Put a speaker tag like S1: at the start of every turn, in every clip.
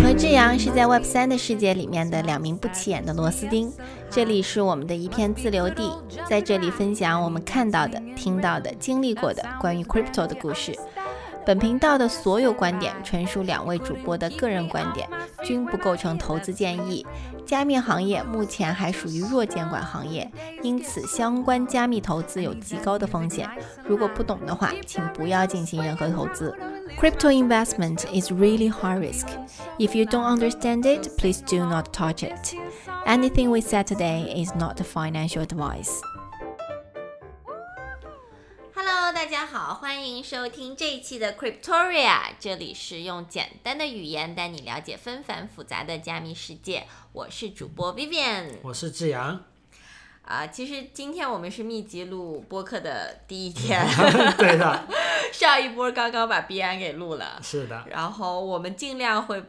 S1: 和志阳是在 Web 三的世界里面的两名不起眼的螺丝钉，这里是我们的一片自留地，在这里分享我们看到的、听到的、经历过的关于 crypto 的故事。本频道的所有观点纯属两位主播的个人观点，均不构成投资建议。加密行业目前还属于弱监管行业，因此相关加密投资有极高的风险。如果不懂的话，请不要进行任何投资。Crypto investment is really high risk. If you don't understand it, please do not touch it. Anything we said today is not financial advice. Hello，大家好，欢迎收听这一期的 Cryptoria，这里是用简单的语言带你了解纷繁复杂的加密世界。我是主播 Vivian
S2: 我是志阳，
S1: 啊、其实今天我们是密集录播客的第一天，
S2: 对的，
S1: 上一波刚刚把 B 安给录了，
S2: 是的，
S1: 然后我们尽量会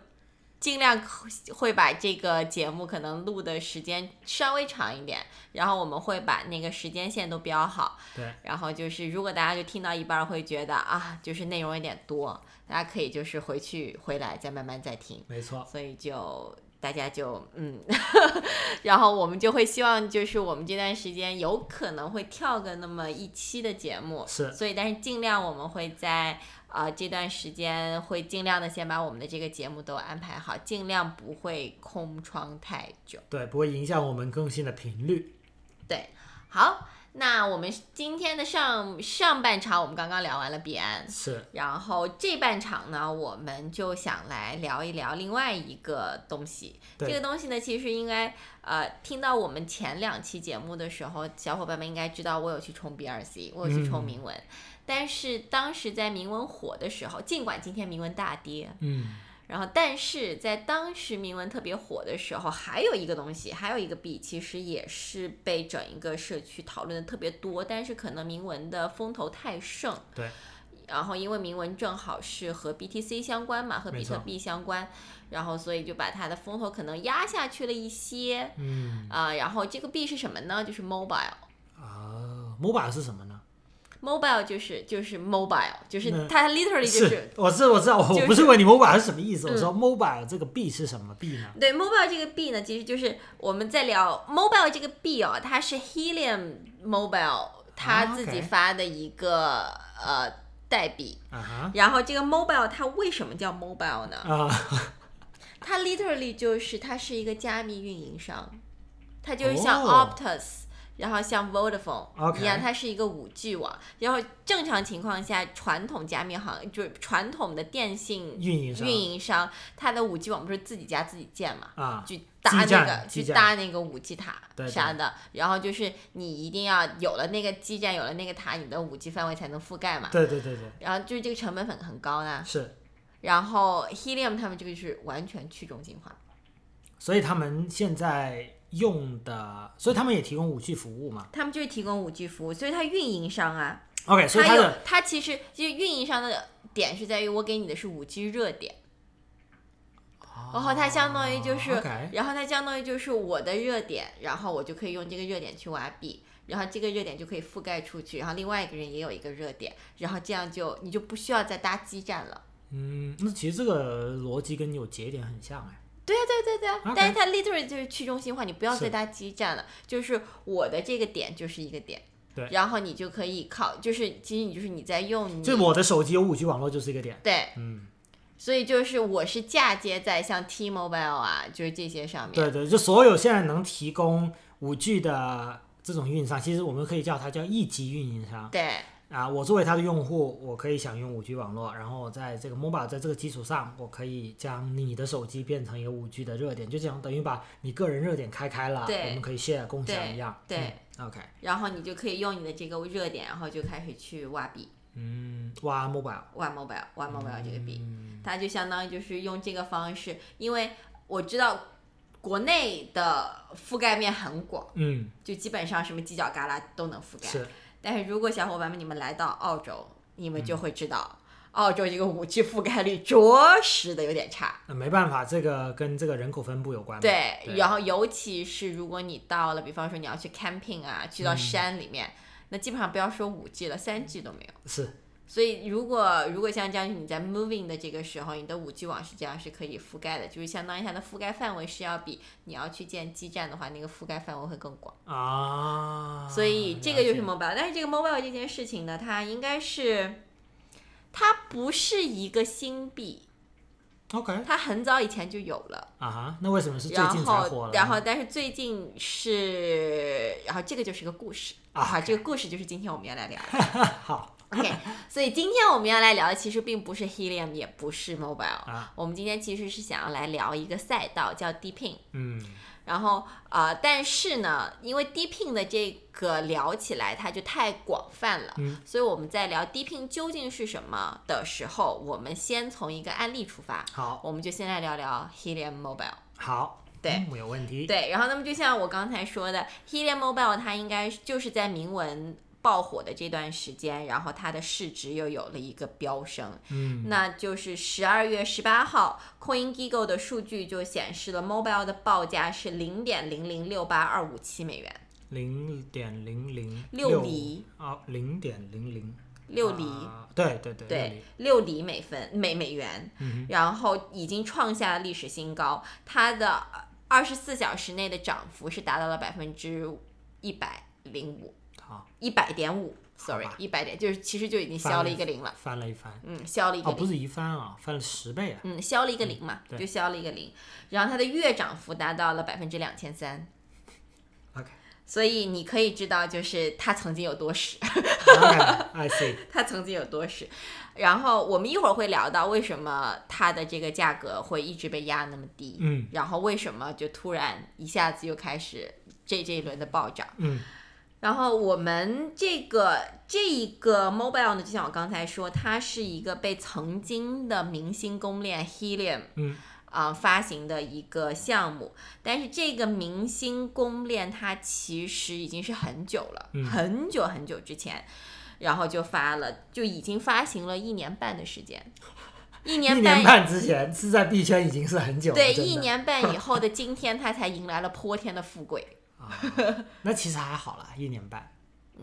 S1: 尽量会把这个节目可能录的时间稍微长一点，然后我们会把那个时间线都标好。
S2: 对，
S1: 然后就是如果大家就听到一半儿会觉得啊，就是内容有点多，大家可以就是回去回来再慢慢再听。
S2: 没错，
S1: 所以就大家就嗯， 然后我们就会希望就是我们这段时间有可能会跳个那么一期的节目，
S2: 是
S1: 所以但是尽量我们会在呃这段时间会尽量的先把我们的这个节目都安排好，尽量不会空窗太久。
S2: 对，不会影响我们更新的频率。
S1: 对，好，那我们今天的上上半场我们刚刚聊完了彼岸，
S2: 是
S1: 然后这半场呢，我们就想来聊一聊另外一个东西。这
S2: 对
S1: 个东西呢，其实应该呃，听到我们前两期节目的时候，小伙伴们应该知道我有去冲 BRC，我有去冲
S2: 嗯
S1: 铭文。但是当时在铭文火的时候，尽管今天铭文大跌，
S2: 嗯，
S1: 然后，但是在当时铭文特别火的时候，还有一个东西，还有一个币，其实也是被整一个社区讨论的特别多，但是可能铭文的风头太盛，
S2: 对。
S1: 然后，因为铭文正好是和 BTC 相关嘛，和
S2: 没
S1: 比特
S2: 错
S1: 币相关，然后所以就把它的风头可能压下去了一些
S2: 嗯
S1: 啊、然后这个币是什么呢？就是 mobile，mobile
S2: 啊，MOBA 是什么呢？
S1: 就是就是 mobile，就是
S2: 那
S1: 它 literally 就是
S2: 我是我知道，
S1: 就
S2: 我
S1: 是嗯
S2: 不是问你 MOBA 是什么意思，我说 MOBA 这个币是什么币呢？
S1: 对 mobile 这个币呢，其实就是我们在聊 mobile 这个币哦，它是 Helium Mobile 它自己
S2: 啊 OK
S1: 发的一个、呃代币。
S2: 啊哈
S1: 然后这个 mobile 它为什么叫 mobile 呢？
S2: 啊，
S1: 它 literally 就是它是一个加密运营商，它就是像
S2: 哦
S1: Optus，、然后像 Vodafone
S2: OK
S1: 一样，它是一个五 G 网。然后正常情况下，传统加密行就是传统的电信
S2: 运营商
S1: 运营商，它的五 G 网不是自己家自己建嘛？
S2: 啊，
S1: 去搭
S2: 基
S1: 那
S2: 站
S1: 个去
S2: 基站
S1: 搭那个五 G 塔
S2: 对对
S1: 啥的，然后就是你一定要有了那个基站，有了那个塔，你的五 G 范围才能覆盖嘛。
S2: 对对对对，
S1: 然后就是这个成本很很高呢。
S2: 是，
S1: 然后 Helium 他们这个是完全去中心化，
S2: 所以他们现在用的，所以他们也提供五 G 服务嘛。
S1: 他们就是提供五 G 服务，所以它运营商啊，
S2: OK，所以
S1: 它
S2: 它
S1: 有
S2: 的
S1: 它其实就是运营商的点是在于我给你的是五 G 热点，然后它相当于就是
S2: 哦，OK，
S1: 然后它相当于就是我的热点，然后我就可以用这个热点去挖币，然后这个热点就可以覆盖出去，然后另外一个人也有一个热点，然后这样就你就不需要再搭基站了。
S2: 嗯，那其实这个逻辑跟有节点很像哎。
S1: 对啊，对啊对啊对啊
S2: OK
S1: 但是它 literally 就是去中心化，你不要再
S2: 是
S1: 搭基站了，就是我的这个点就是一个点，
S2: 对
S1: 然后你就可以考，就是其实你就是你在用你
S2: 就我的手机有五 G 网络就是一个点。
S1: 对，
S2: 嗯，
S1: 所以就是我是嫁接在像 T-Mobile 啊，就是这些上面，
S2: 对对，就所有现在能提供五 G 的这种运营商，其实我们可以叫它叫一级运营商
S1: 对
S2: 啊。我作为它的用户，我可以享用五 G 网络，然后我在这个 mobile 在这个基础上，我可以将你的手机变成一个五 G 的热点，就这样等于把你个人热点开开了，
S1: 对
S2: 我们可以 share 共享
S1: 对
S2: 一样。
S1: 对
S2: 嗯，OK，
S1: 然后你就可以用你的这个热点，然后就开始去挖币。
S2: 嗯，哇，mobile，
S1: One Mobile One Mobile 这个币，
S2: 嗯
S1: 它就相当于就是用这个方式，因为我知道国内的覆盖面很广，
S2: 嗯，
S1: 就基本上什么犄角旮旯都能覆盖。
S2: 是
S1: 但是如果小伙伴们你们来到澳洲，你们就会知道，澳洲这个五 G 覆盖率着实的有点差。
S2: 那呃没办法，这个跟这个人口分布有关嘛。
S1: 对，
S2: 对
S1: 然后尤其是如果你到了，比方说你要去 camping 啊，去到山里面，那基本上不要说五 G 了，三 G 都没有。
S2: 是
S1: 所以如果如果像这样，你在 moving 的这个时候，你的五 G 网是这样是可以覆盖的，就是相当于它的覆盖范围是要比你要去建基站的话，那个覆盖范围会更广。
S2: 啊，
S1: 所以这个就是
S2: 么？
S1: mobile，但是这个 mobile 这件事情呢，它应该是，它不是一个新币，
S2: OK
S1: 它很早以前就有了。
S2: 啊哈，那为什么是最
S1: 然
S2: 近才火
S1: 后
S2: 了，呢？
S1: 然后但是最近是，然后这个就是个故事
S2: 啊
S1: 好这个故事就是今天我们要来聊的。
S2: 好
S1: OK，所以今天我们要来聊的其实并不是 Helium，也不是 Mobile，、
S2: 啊
S1: 我们今天其实是想要来聊一个赛道叫 Deepin。
S2: 嗯
S1: 然后呃，但是呢，因为 Deepin 的这个聊起来它就太广泛了，
S2: 嗯
S1: 所以我们在聊 Deepin 究竟是什么的时候，我们先从一个案例出发，
S2: 好
S1: 我们就先来聊聊 Helium Mobile。
S2: 好，
S1: 对
S2: 嗯没有问题。
S1: 对，然后那么就像我刚才说的，Helium Mobile 它应该就是在铭文爆火的这段时间，然后它的市值又有了一个飙升。
S2: 嗯，
S1: 那就是十二月十八号，CoinGecko 的数据就显示了 Mobile 的报价是零点零零六八二五七美元，
S2: 零点零零
S1: 六厘
S2: 啊，零点零零
S1: 六厘。
S2: 啊对对对，六
S1: 对
S2: 厘，
S1: 六厘每分每美元，
S2: 嗯
S1: 然后已经创下了历史新高，它的二十四小时内的涨幅是达到了百分之一百零五，
S2: 好，
S1: 一百点五
S2: 吧
S1: ，sorry，一百点就是其实就已经
S2: 翻
S1: 消了
S2: 了
S1: 一个零了，
S2: 翻了一翻，
S1: 嗯，消了一个
S2: 哦，
S1: 零，
S2: 不是一翻啊，翻了十倍啊，
S1: 嗯，消了一个零嘛，
S2: 对
S1: 就消了一个零，然后它的月涨幅达到了百分之两千三。
S2: OK
S1: 所以你可以知道，就是它曾经有多屎，
S2: OK，I see，
S1: 它曾经有多屎。然后我们一会儿会聊到为什么它的这个价格会一直被压那么低，
S2: 嗯
S1: 然后为什么就突然一下子又开始这这一轮的暴涨。
S2: 嗯
S1: 然后我们这个这一个 mobile 呢，就像我刚才说，它是一个被曾经的明星公链 Helium
S2: 嗯
S1: 啊、发行的一个项目，但是这个明星公链它其实已经是很久了，
S2: 嗯
S1: 很久很久之前，然后就发了，就已经发行了一年半的时间，一
S2: 一
S1: 年半。
S2: 年半之前是在币圈已经是很久了，
S1: 对，
S2: 真的
S1: 一年半以后的今天，它才迎来了泼天的富贵。
S2: 啊，那其实还好啦，一年半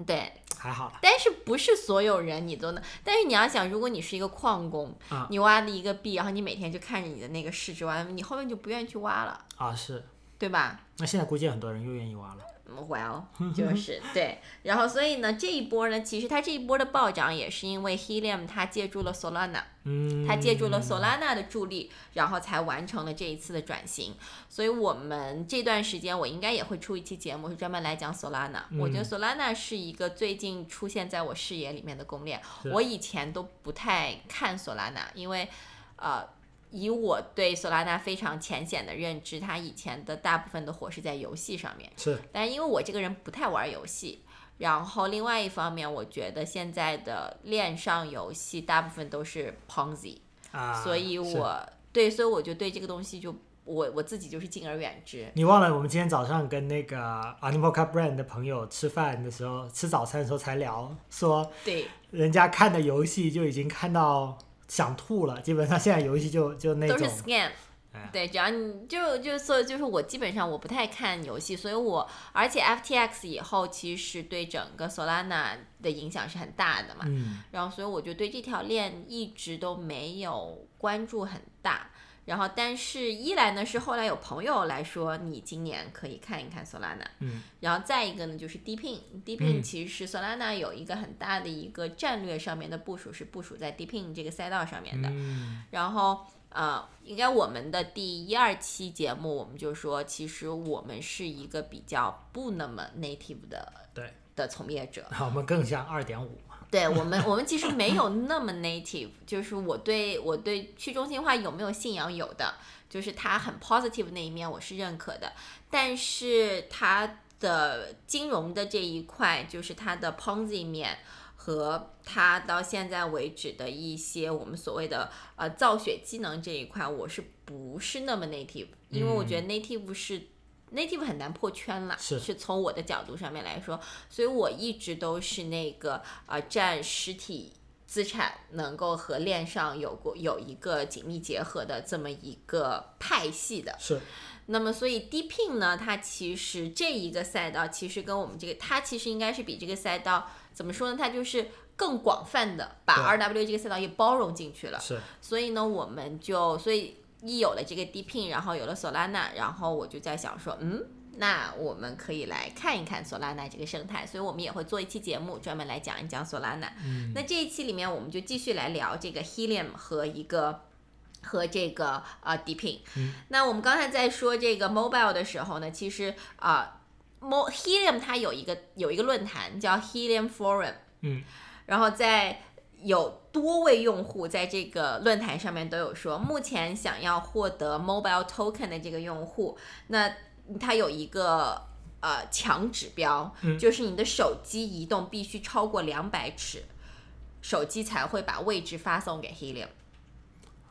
S1: 对，
S2: 还好啦，
S1: 但是不是所有人你都能？但是你要想，如果你是一个矿工，
S2: 啊
S1: 你挖了一个币，然后你每天就看着你的那个市值挖，你后面就不愿意去挖了，
S2: 啊是，
S1: 对吧
S2: 那现在估计很多人又愿意挖了，
S1: 嗯？Well，就是 对。然后所以呢，这一波呢，其实它这一波的暴涨也是因为 Helium 它借助了 Solana，
S2: 嗯，
S1: 它借助了 Solana 的助力，然后才完成了这一次的转型。所以我们这段时间，我应该也会出一期节目，是专门来讲 Solana。我
S2: 嗯
S1: 觉得 Solana 是一个最近出现在我视野里面的公链。
S2: 是
S1: 我以前都不太看 Solana，因为呃，以我对 Solana 非常浅显的认知，它以前的大部分的火是在游戏上面。
S2: 是
S1: 但因为我这个人不太玩游戏，然后另外一方面，我觉得现在的链上游戏大部分都是 Ponzi，、
S2: 啊，
S1: 所以
S2: 是
S1: 我对，所以我就对这个东西就我我自己就是敬而远之。
S2: 你忘了我们今天早上跟那个 Animal Cup Brand 的朋友吃饭的时候，吃早餐的时候才聊，说
S1: 对，
S2: 人家看的游戏就已经看到想吐了，基本上现在游戏就就那
S1: 都是
S2: 种
S1: scam
S2: 哎。
S1: 对，只要你就就所以就是我基本上我不太看游戏，所以我而且 FTX 以后其实对整个 Solana 的影响是很大的嘛，
S2: 嗯
S1: 然后所以我就对这条链一直都没有关注很大。然后，但是一来呢是后来有朋友来说，你今年可以看一看 Solana。
S2: 嗯
S1: 然后再一个呢就是 Deepin，Deepin 其实是 Solana 有一个很大的一个战略上面的部署，是部署在 Deepin 这个赛道上面的。
S2: 嗯
S1: 然后呃，应该我们的第一二期节目我们就说，其实我们是一个比较不那么 native 的
S2: 对，
S1: 的从业者。
S2: 那我们更像二点五嘛，
S1: 对我们，我们其实没有那么 native，就是我对我对去中心化有没有信仰有的，就是它很 positive 那一面我是认可的，但是它的金融的这一块，就是它的 Ponzi 面和它到现在为止的一些我们所谓的呃造血机能这一块，我是不是那么 native？因为我觉得 native 是。native 很难破圈啦，
S2: 是
S1: 是从我的角度上面来说，所以我一直都是那个呃占实体资产能够和 链上有过有一个紧密结合的这么一个派系的。
S2: 是
S1: 那么所以 Deepin 呢，它其实这一个赛道其实跟我们这个，它其实应该是比这个赛道怎么说呢？它就是更广泛的把
S2: 对
S1: RW 这个赛道也包容进去了。
S2: 是
S1: 所以呢，我们就所以一有了这个 Deepin，然后有了 Solana，然后我就在想说，嗯，那我们可以来看一看 Solana 这个生态，所以我们也会做一期节目专门来讲一讲 Solana。
S2: 嗯
S1: 那这一期里面，我们就继续来聊这个 Helium 和一个。和这个呃 Deepin，、
S2: 嗯
S1: 那我们刚才在说这个 Mobile 的时候呢，其实啊、呃、，Mo Helium 它有一个有一个论坛叫 Helium Forum，
S2: 嗯，
S1: 然后在有多位用户在这个论坛上面都有说，目前想要获得 mobile token 的这个用户，那它有一个呃强指标，
S2: 嗯
S1: 就是你的手机移动必须超过两百尺，手机才会把位置发送给 Helium。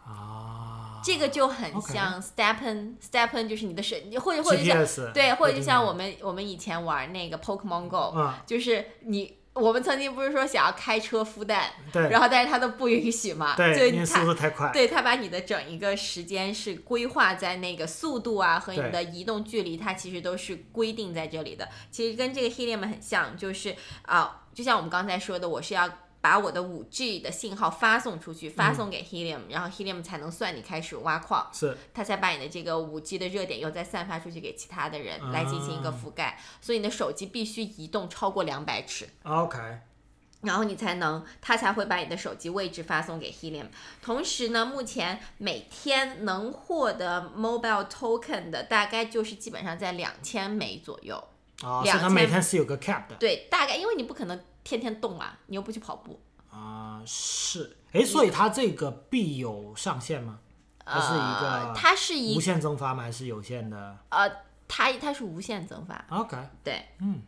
S2: 啊，
S1: 这个就很
S2: OK
S1: 像 Stepen Stepen，就是你的手，或者或者就像
S2: GPS
S1: 对，或者就像
S2: 一定
S1: 我们我们以前玩那个 Pokemon Go，、
S2: 啊，
S1: 就是你我们曾经不是说想要开车孵蛋，
S2: 对，
S1: 然后但是他都不允许嘛，
S2: 对，
S1: 就
S2: 因
S1: 是
S2: 为速
S1: 他。
S2: 度太快，
S1: 对他把你的整一个时间是规划在那个速度啊和你
S2: 对
S1: 的移动距离，它其实都是规定在这里的。其实跟这个 Helium 很像，就是啊、就像我们刚才说的，我是要把我的五 G 的信号发送出去，发
S2: 嗯
S1: 送给 Helium，、然后 Helium 才能算你开始挖矿。
S2: 是
S1: 它才把你的这个五 G 的热点又再散发出去给其他的人
S2: 啊
S1: 来进行一个覆盖，所以你的手机必须移动超过两百尺。
S2: OK，
S1: 然后你才能，它才会把你的手机位置发送给 Helium。同时呢，目前每天能获得 mobile token 的大概就是基本上在两千枚左右。
S2: 啊，所以
S1: 两
S2: 它每
S1: 千
S2: 天是有个 cap 的
S1: 对，大概因为你不可能天天动啊，你又不去跑步，
S2: 啊，是，哎，所以它这个币有上限吗？它是一
S1: 呃，
S2: 个
S1: 它是一
S2: 无限蒸发吗？还是有限的
S1: 呃，它它是无限增发，
S2: ？OK，
S1: 对，
S2: 嗯，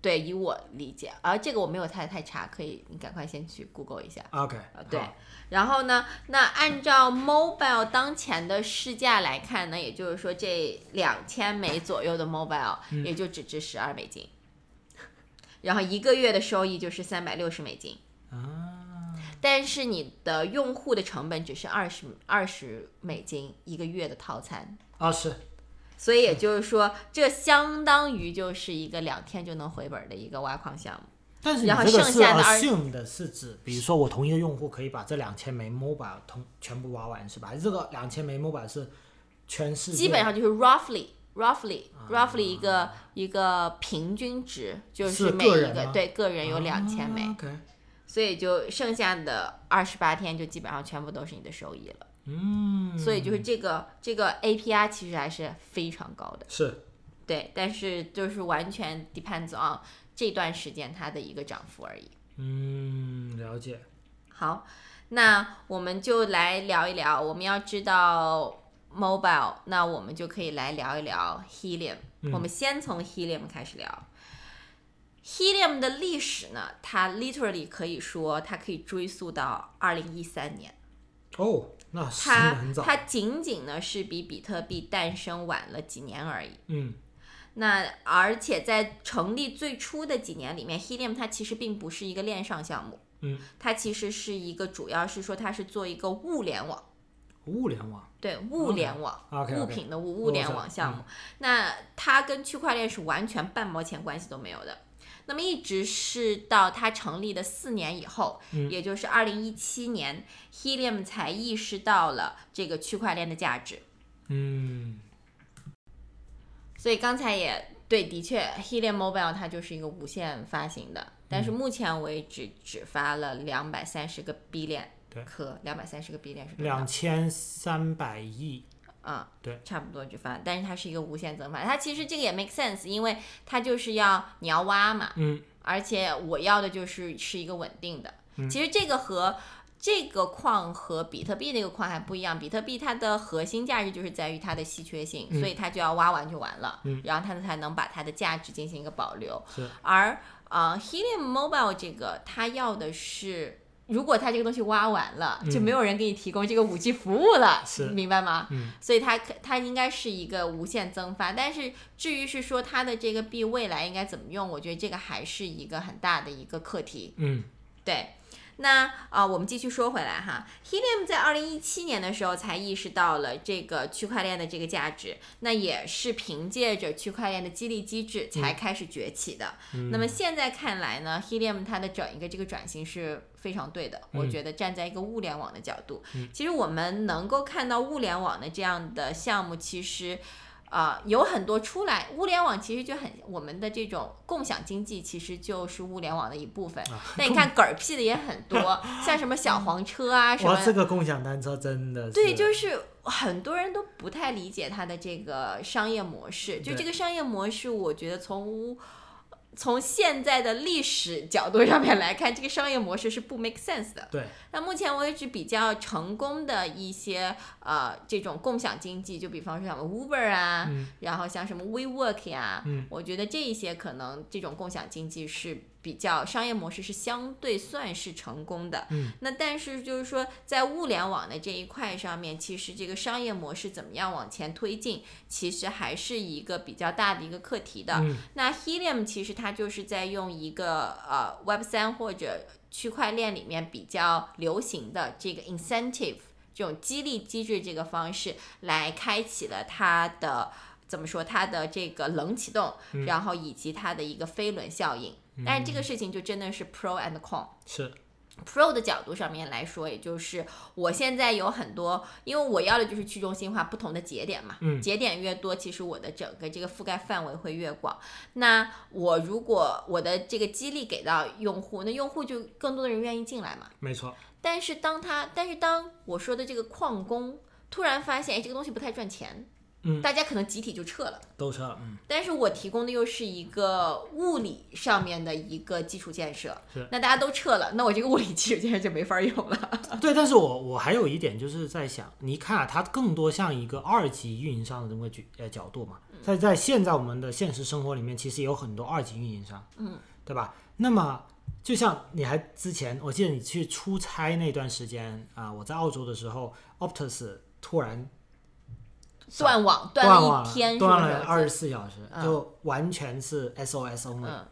S1: 对，以我理解，而、这个我没有太太查，可以你赶快先去 Google 一下。
S2: OK，
S1: 啊，对
S2: 好，
S1: 然后呢，那按照 Mobile 当前的市价来看呢，也就是说这两千枚左右的 Mobile 也就只值十二美金，然后一个月的收益就是三百六十美金，
S2: 啊，
S1: 但是你的用户的成本只是二十二十美金一个月的套餐，
S2: 啊是，
S1: 所以也就是说，这相当于就是一个两天就能回本的一个挖矿项目。
S2: 但是你
S1: 然后
S2: 这个
S1: 剩
S2: 是
S1: 下的二
S2: assume 的是指，比如说我同一个用户可以把这两千枚 mobile 通全部挖完是吧？还是这个两千枚 mobile 是全世界
S1: 基本上就是 roughly roughly roughly
S2: 啊
S1: 一个、一个平均值，就是每
S2: 个
S1: 一
S2: 人
S1: 个
S2: 吗
S1: 对个人有两千枚，
S2: 啊 OK，
S1: 所以就剩下的二十八天就基本上全部都是你的收益了。
S2: 嗯，
S1: 所以就是这个这个 API 其实还是非常高的，
S2: 是
S1: 对，但是就是完全 depends on 这段时间它的一个涨幅而已。
S2: 嗯了解，
S1: 好，那我们就来聊一聊，我们要知道 mobile，那我们就可以来聊一聊 helium、
S2: 嗯
S1: 我们先从 helium 开始聊。helium 的历史呢，它 literally 可以说它可以追溯到二零一三年，
S2: 哦，那是
S1: 它
S2: 很早，
S1: 它仅仅呢是比比特币诞生晚了几年而已。
S2: 嗯
S1: 那而且在成立最初的几年里面，Helium 它其实并不是一个链上项目，
S2: 嗯，
S1: 它其实是一个主要是说它是做一个物联网，
S2: 物联网
S1: 对物联网
S2: OK，OK，OK
S1: 物品的物物联网
S2: 嗯
S1: 项目。那它跟区块链是完全半毛钱关系都没有的。那么一直是到它成立的四年以后，
S2: 嗯
S1: 也就是二零一七年，Helium 才意识到了这个区块链的价值。
S2: 嗯
S1: 所以刚才也对，的确，Helium Mobile 它就是一个无限发行的，但
S2: 嗯
S1: 是目前为止只发了两百三十个 B 链
S2: 对
S1: 颗，两百三十个 B 链是多少
S2: 两？千三百亿，
S1: 嗯，
S2: 对，
S1: 差不多只发，但是它是一个无限增发，它其实这个也 make sense，因为它就是要你要挖嘛，
S2: 嗯
S1: 而且我要的就是是一个稳定的。
S2: 嗯
S1: 其实这个和这个矿和比特币那个矿还不一样，比特币它的核心价值就是在于它的稀缺性，
S2: 嗯
S1: 所以它就要挖完就完了，
S2: 嗯
S1: 然后它才能把它的价值进行一个保留。
S2: 是
S1: 而呃，Helium Mobile 这个它要的是。如果它这个东西挖完了，就
S2: 嗯
S1: 没有人给你提供这个五 G 服务了，
S2: 是
S1: 明白吗？
S2: 嗯
S1: 所以它可它应该是一个无限增发。但是至于是说它的这个币未来应该怎么用，我觉得这个还是一个很大的一个课题。
S2: 嗯
S1: 对，那啊、呃我们继续说回来哈，Helium 在二零一七年的时候才意识到了这个区块链的这个价值，那也是凭借着区块链的激励机制才开始崛起的。那么现在看来呢，Helium 它的整一个这个转型是非常对的。我
S2: 嗯
S1: 觉得站在一个物联网的角度，其实我们能够看到物联网的这样的项目，其实。啊、有很多出来，物联网其实就很我们的这种共享经济，其实就是物联网的一部分。
S2: 啊
S1: 那你看，嗝儿屁的也很多，像什么小黄车啊什么
S2: 哇，，这个共享单车真的是
S1: 对，就是很多人都不太理解它的这个商业模式。就
S2: 对
S1: 这个商业模式，我觉得从无从现在的历史角度上面来看，这个商业模式是不 make sense 的。
S2: 对
S1: 那目前为止比较成功的一些呃这种共享经济，就比方说像 Uber 啊，
S2: 嗯
S1: 然后像什么 WeWork 呀、
S2: 嗯
S1: 我觉得这一些可能这种共享经济是比较商业模式是相对算是成功的。
S2: 嗯
S1: 那但是就是说，在物联网的这一块上面，其实这个商业模式怎么样往前推进，其实还是一个比较大的一个课题的。
S2: 嗯
S1: 那 Helium 其实它就是在用一个呃 Web 三或者区块链里面比较流行的这个 incentive 这种激励机制这个方式，来开启了它的怎么说它的这个冷启动，
S2: 嗯
S1: 然后以及它的一个飞轮效应。但是这个事情就真的是 pro and con。
S2: 是
S1: Pro 的角度上面来说，也就是我现在有很多，因为我要的就是去中心化不同的节点嘛，
S2: 嗯
S1: 节点越多，其实我的整个这个覆盖范围会越广。那我如果我的这个激励给到用户，那用户就更多的人愿意进来嘛。
S2: 没错，
S1: 但是当他，但是当我说的这个矿工突然发现，哎，这个东西不太赚钱，
S2: 嗯
S1: 大家可能集体就撤了。
S2: 都是嗯
S1: 但是我提供的又是一个物理上面的一个基础建设
S2: 是，
S1: 那大家都撤了，那我这个物理基础建设就没法用 了。
S2: 对，但是我我还有一点就是在想，你看啊，它更多像一个二级运营商的这么个举呃角度嘛，
S1: 嗯
S2: 在在现在我们的现实生活里面，其实有很多二级运营商，嗯，对吧？那么就像你还之前，我记得你去出差那段时间啊、我在澳洲的时候，Optus 突然
S1: 断网断
S2: 断
S1: 了
S2: 网
S1: 一天，
S2: 断
S1: 是不
S2: 了
S1: 是
S2: 二十四小时，
S1: 嗯
S2: 就完全是 SOS only、
S1: 嗯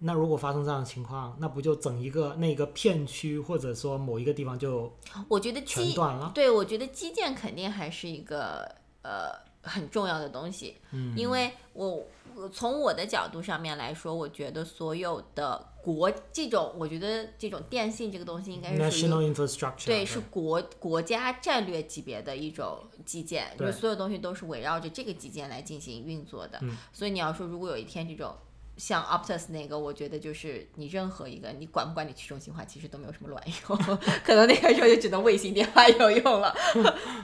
S2: 那如果发生这样的情况，那不就整一个那个片区或者说某一个地方就
S1: 嗯我觉得
S2: 全
S1: 基
S2: 断了？
S1: 对我觉得基建肯定还是一个呃很重要的东西，嗯，因为我我从我的角度上面来说，我觉得所有的国这种，我觉得这种电信这个东西应该是属于
S2: National infrastructure
S1: 对，是国国家战略级别的一种基建，就是
S2: 对
S1: 所有东西都是围绕着这个基建来进行运作的。
S2: 嗯
S1: 所以你要说，如果有一天这种像 Optus 那个，我觉得就是你任何一个，你管不管你去中心化，其实都没有什么卵用， 可能那个时候就只能卫星电话有用了。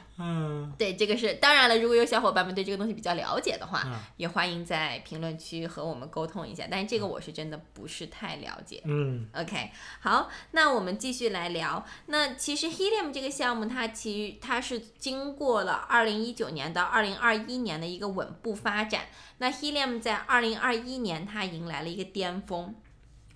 S2: 嗯，
S1: 对，这个是当然了。如果有小伙伴们对这个东西比较了解的话，
S2: 嗯
S1: 也欢迎在评论区和我们沟通一下。但是这个我是真的不是太了解。
S2: 嗯
S1: OK，好，那我们继续来聊。那其实 Helium 这个项目，它其实它是经过了二零一九年到二零二一年的一个稳步发展。那 Helium 在二零二一年，它迎来了一个巅峰。，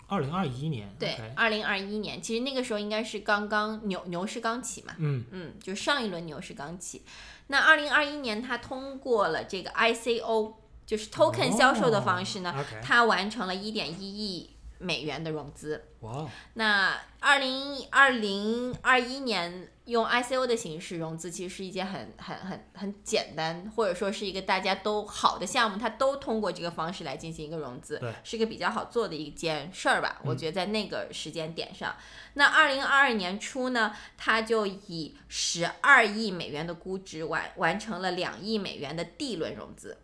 S2: 二零二一年
S1: 对
S2: OK，
S1: 二零二一年，其实那个时候应该是刚刚牛牛市刚起嘛，
S2: 嗯
S1: 嗯，就上一轮牛市刚起。那二零二一年，它通过了这个 ICO，就是 token 销售的方式呢，
S2: 哦，OK，
S1: 它完成了一点一亿美元的融资。
S2: 哇哦，
S1: 那二零二零二一年用 ICO 的形式融资，其实是一件很很很很简单，或者说是一个大家都好的项目，它都通过这个方式来进行一个融资
S2: 对，
S1: 是一个比较好做的一件事儿吧。我觉得在那个时间点上，那二零二二年初呢，它就以十二亿美元的估值完完成了两亿美元的 D 轮融资，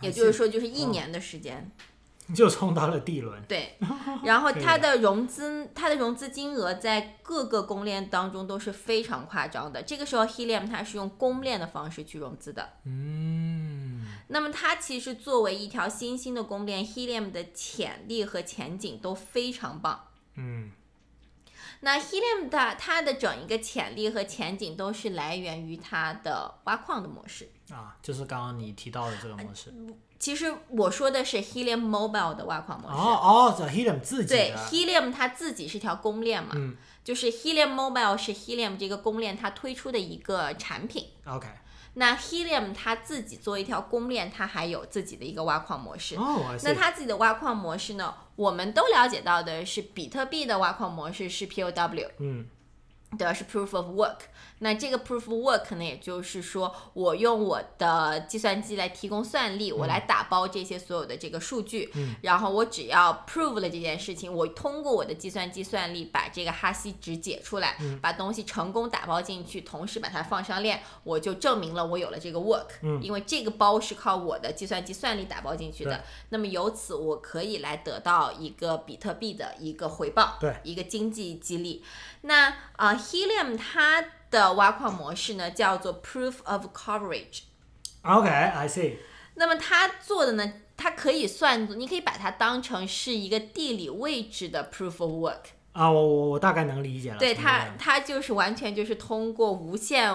S1: 也就是说，就是一年的时间。
S2: 就冲到了 D 轮，
S1: 对，然后
S2: 可以
S1: 它
S2: 的
S1: 的融资，它的融资金额在各个公链当中都是非常夸张的。这个时候，Helium 它是用公链的方式去融资的。
S2: 嗯，
S1: 那么它其实作为一条新兴的公链，Helium 的潜力和前景都非常棒。
S2: 嗯，
S1: 那 Helium 的它的整一个潜力和前景都是来源于它的挖矿的模式。
S2: 啊，就是刚刚你提到的这个模式，
S1: 哎其实我说的是 Helium Mobile 的挖矿模式。
S2: 哦哦，这 Helium 自己
S1: 对
S2: 的，
S1: ，Helium 它自己是条公链嘛，
S2: 嗯
S1: 就是 Helium Mobile 是 Helium 这个公链它推出的一个产品。
S2: ，OK，
S1: 那 Helium 它自己做一条公链，它还有自己的一个挖矿模式。
S2: 哦，I see，
S1: 那它自己的挖矿模式呢？我们都了解到的是，比特币的挖矿模式是 POW，
S2: 嗯
S1: 对吧？是 proof of work。那这个 proof of work 呢，也就是说，我用我的计算机来提供算力，我来打包这些所有的这个数据，
S2: 嗯
S1: 然后我只要 prove 了这件事情，我通过我的计算机算力把这个哈希值解出来，
S2: 嗯
S1: 把东西成功打包进去，同时把它放上链，我就证明了我有了这个 work。
S2: 嗯
S1: 因为这个包是靠我的计算机算力打包进去
S2: 对
S1: 的，那么由此我可以来得到一个比特币的一个回报，
S2: 对
S1: 一个经济激励。那呃，Helium 它的挖矿模式呢叫做 Proof of Coverage，
S2: ，OK，I see，
S1: 那么它做的呢，它可以算作，你可以把它当成是一个地理位置的 Proof of Work，
S2: 啊，我我我大概能理解了。
S1: 对
S2: 明
S1: 它
S2: 白了，
S1: 它就是完全就是通过无线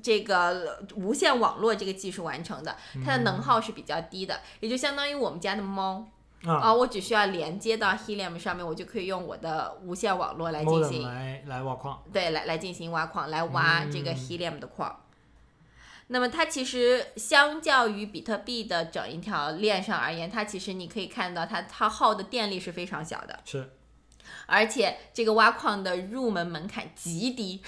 S1: 这个无线网络这个技术完成的，它的能耗是比较低的，也就相当于我们家的猫
S2: 啊
S1: 啊，我只需要连接到 Helium 上面，我就可以用我的无线网络来进
S2: ，modem
S1: 行
S2: 来来挖矿，
S1: 对来来进行挖矿，来挖这个
S2: 嗯
S1: Helium 的矿。那么它其实相较于比特币的整一条链上而言，它其实你可以看到它它耗的电力是非常小的，
S2: 是
S1: 而且这个挖矿的入门门槛极低，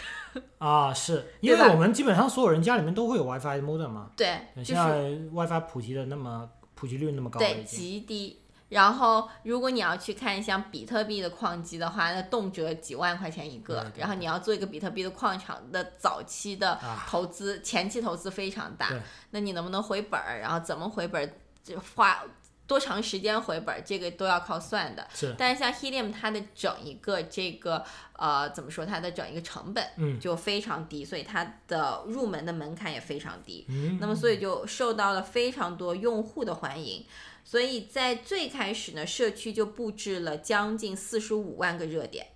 S2: 啊，是因
S1: 对
S2: 为
S1: 吧
S2: 我们基本上所有人家里面都会有 WiFi modem 嘛，
S1: 对，就是
S2: 现在 WiFi 普及的那么普及率那么高了
S1: 对
S2: 已经。
S1: 极低。然后，如果你要去看像比特币的矿机的话，那动辄几万块钱一个
S2: 对。对
S1: 然后你要做一个比特币的矿场的早期的
S2: 啊
S1: 投资，前期投资非常大
S2: 对。
S1: 那你能不能回本儿？然后怎么回本儿？这花多长时间回本儿？这个都要靠算的。
S2: 是，
S1: 但是像 Helium 它的整一个这个呃怎么说，它的整一个成本
S2: 嗯
S1: 就非常低，所以它的入门的门槛也非常低。
S2: 嗯，
S1: 那么所以就受到了非常多用户的欢迎。所以在最开始呢，社区就布置了将近四十五万个热点，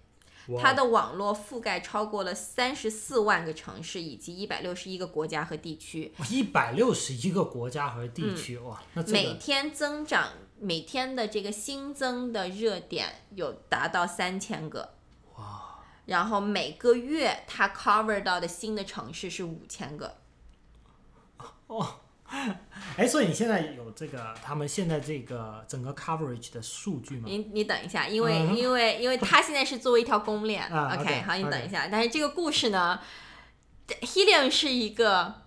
S2: 哇
S1: 它的网络覆盖超过了三十四万个城市以及一百六十一个国家和地区，
S2: 一百六十一个国家和地区，
S1: 嗯
S2: 哇，那这
S1: 每
S2: 个
S1: 天增长每天的这个新增的热点有达到三千个，
S2: 哇，
S1: 然后每个月它 cover 到的新的城市是五千个。
S2: 哎，所以你现在有这个他们现在这个整个 coverage 的数据吗？
S1: 你你等一下，因为、
S2: 嗯
S1: 因为因为它现在是作为一条公链、
S2: 啊
S1: o k
S2: OK，
S1: 好，你
S2: OK
S1: 等一下。但是这个故事呢这，Helium 是一个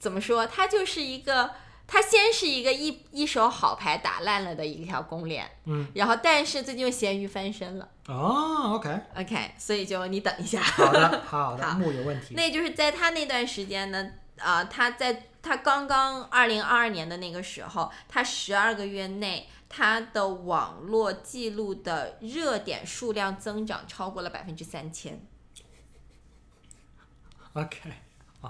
S1: 怎么说？它就是一个，它先是一个一一手好牌打烂了的一条公链，
S2: 嗯，
S1: 然后但是最近又咸鱼翻身了
S2: 哦，OK，
S1: ，OK，所以就你等一下。
S2: 好的，好的，
S1: 好
S2: 木有问题。
S1: 那就是在他那段时间呢，啊、他在他刚刚二零二二年的那个时候，他十二个月内，他的网络记录的热点数量增长超过了百分之三千，
S2: OK，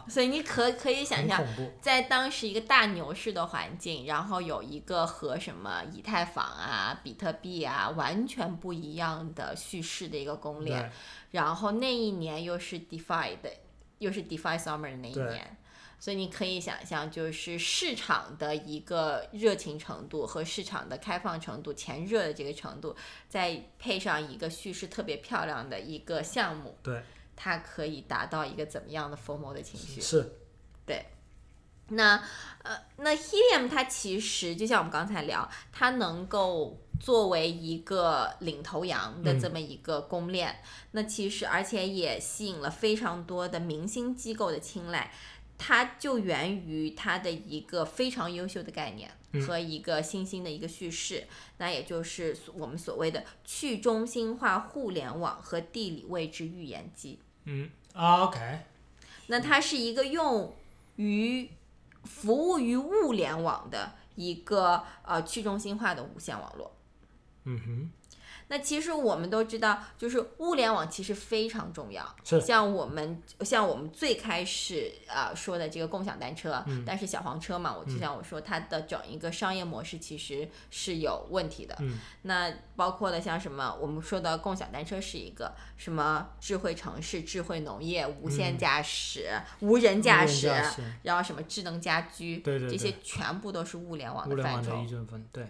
S1: 所以你可可以想
S2: 很
S1: 象。
S2: 恐怖，
S1: 在当时一个大牛市的环境，然后有一个和什么以太坊啊、比特币啊完全不一样的叙事的一个公链，
S2: 对，
S1: 然后那一年又是 DeFi 的，又是 DeFi Summer 的那一
S2: 对
S1: 年，所以你可以想象，就是市场的一个热情程度和市场的开放程度、前热的这个程度，再配上一个叙事特别漂亮的一个项目，
S2: 对，
S1: 它可以达到一个怎么样的 FOMO 的情绪？
S2: 是，
S1: 那呃，那 Helium 它其实就像我们刚才聊，它能够作为一个领头羊的
S2: 嗯
S1: 这么一个公链，那其实而且也吸引了非常多的明星机构的青睐，它就源于它的一个非常优秀的概念。
S2: 嗯
S1: 和一个新兴的一个叙事，那也就是所我们所谓的去中心化互联网和地理位置预言机。
S2: 嗯啊，OK，
S1: 那它是一个用于服务于物联网的一个呃去中心化的无线网络。
S2: 嗯
S1: 那其实我们都知道，就是物联网其实非常重要。
S2: 是
S1: 像我们像我们最开始啊、呃说的这个共享单车，
S2: 嗯
S1: 但是小黄车嘛，我就
S2: 嗯
S1: 像我说，它的整一个商业模式其实是有问题的。
S2: 哼，嗯，
S1: 那包括了像什么，我们说的共享单车是一个什么智慧城市、智慧农业、无线
S2: 嗯
S1: 驾驶、无人驾驶，
S2: 无人驾驶
S1: 然后什么智能家居，
S2: 对对
S1: 这
S2: 对
S1: 些全部都是物联网
S2: 物
S1: 的
S2: 联
S1: 范
S2: 网的
S1: 畴
S2: 一。阵风，对，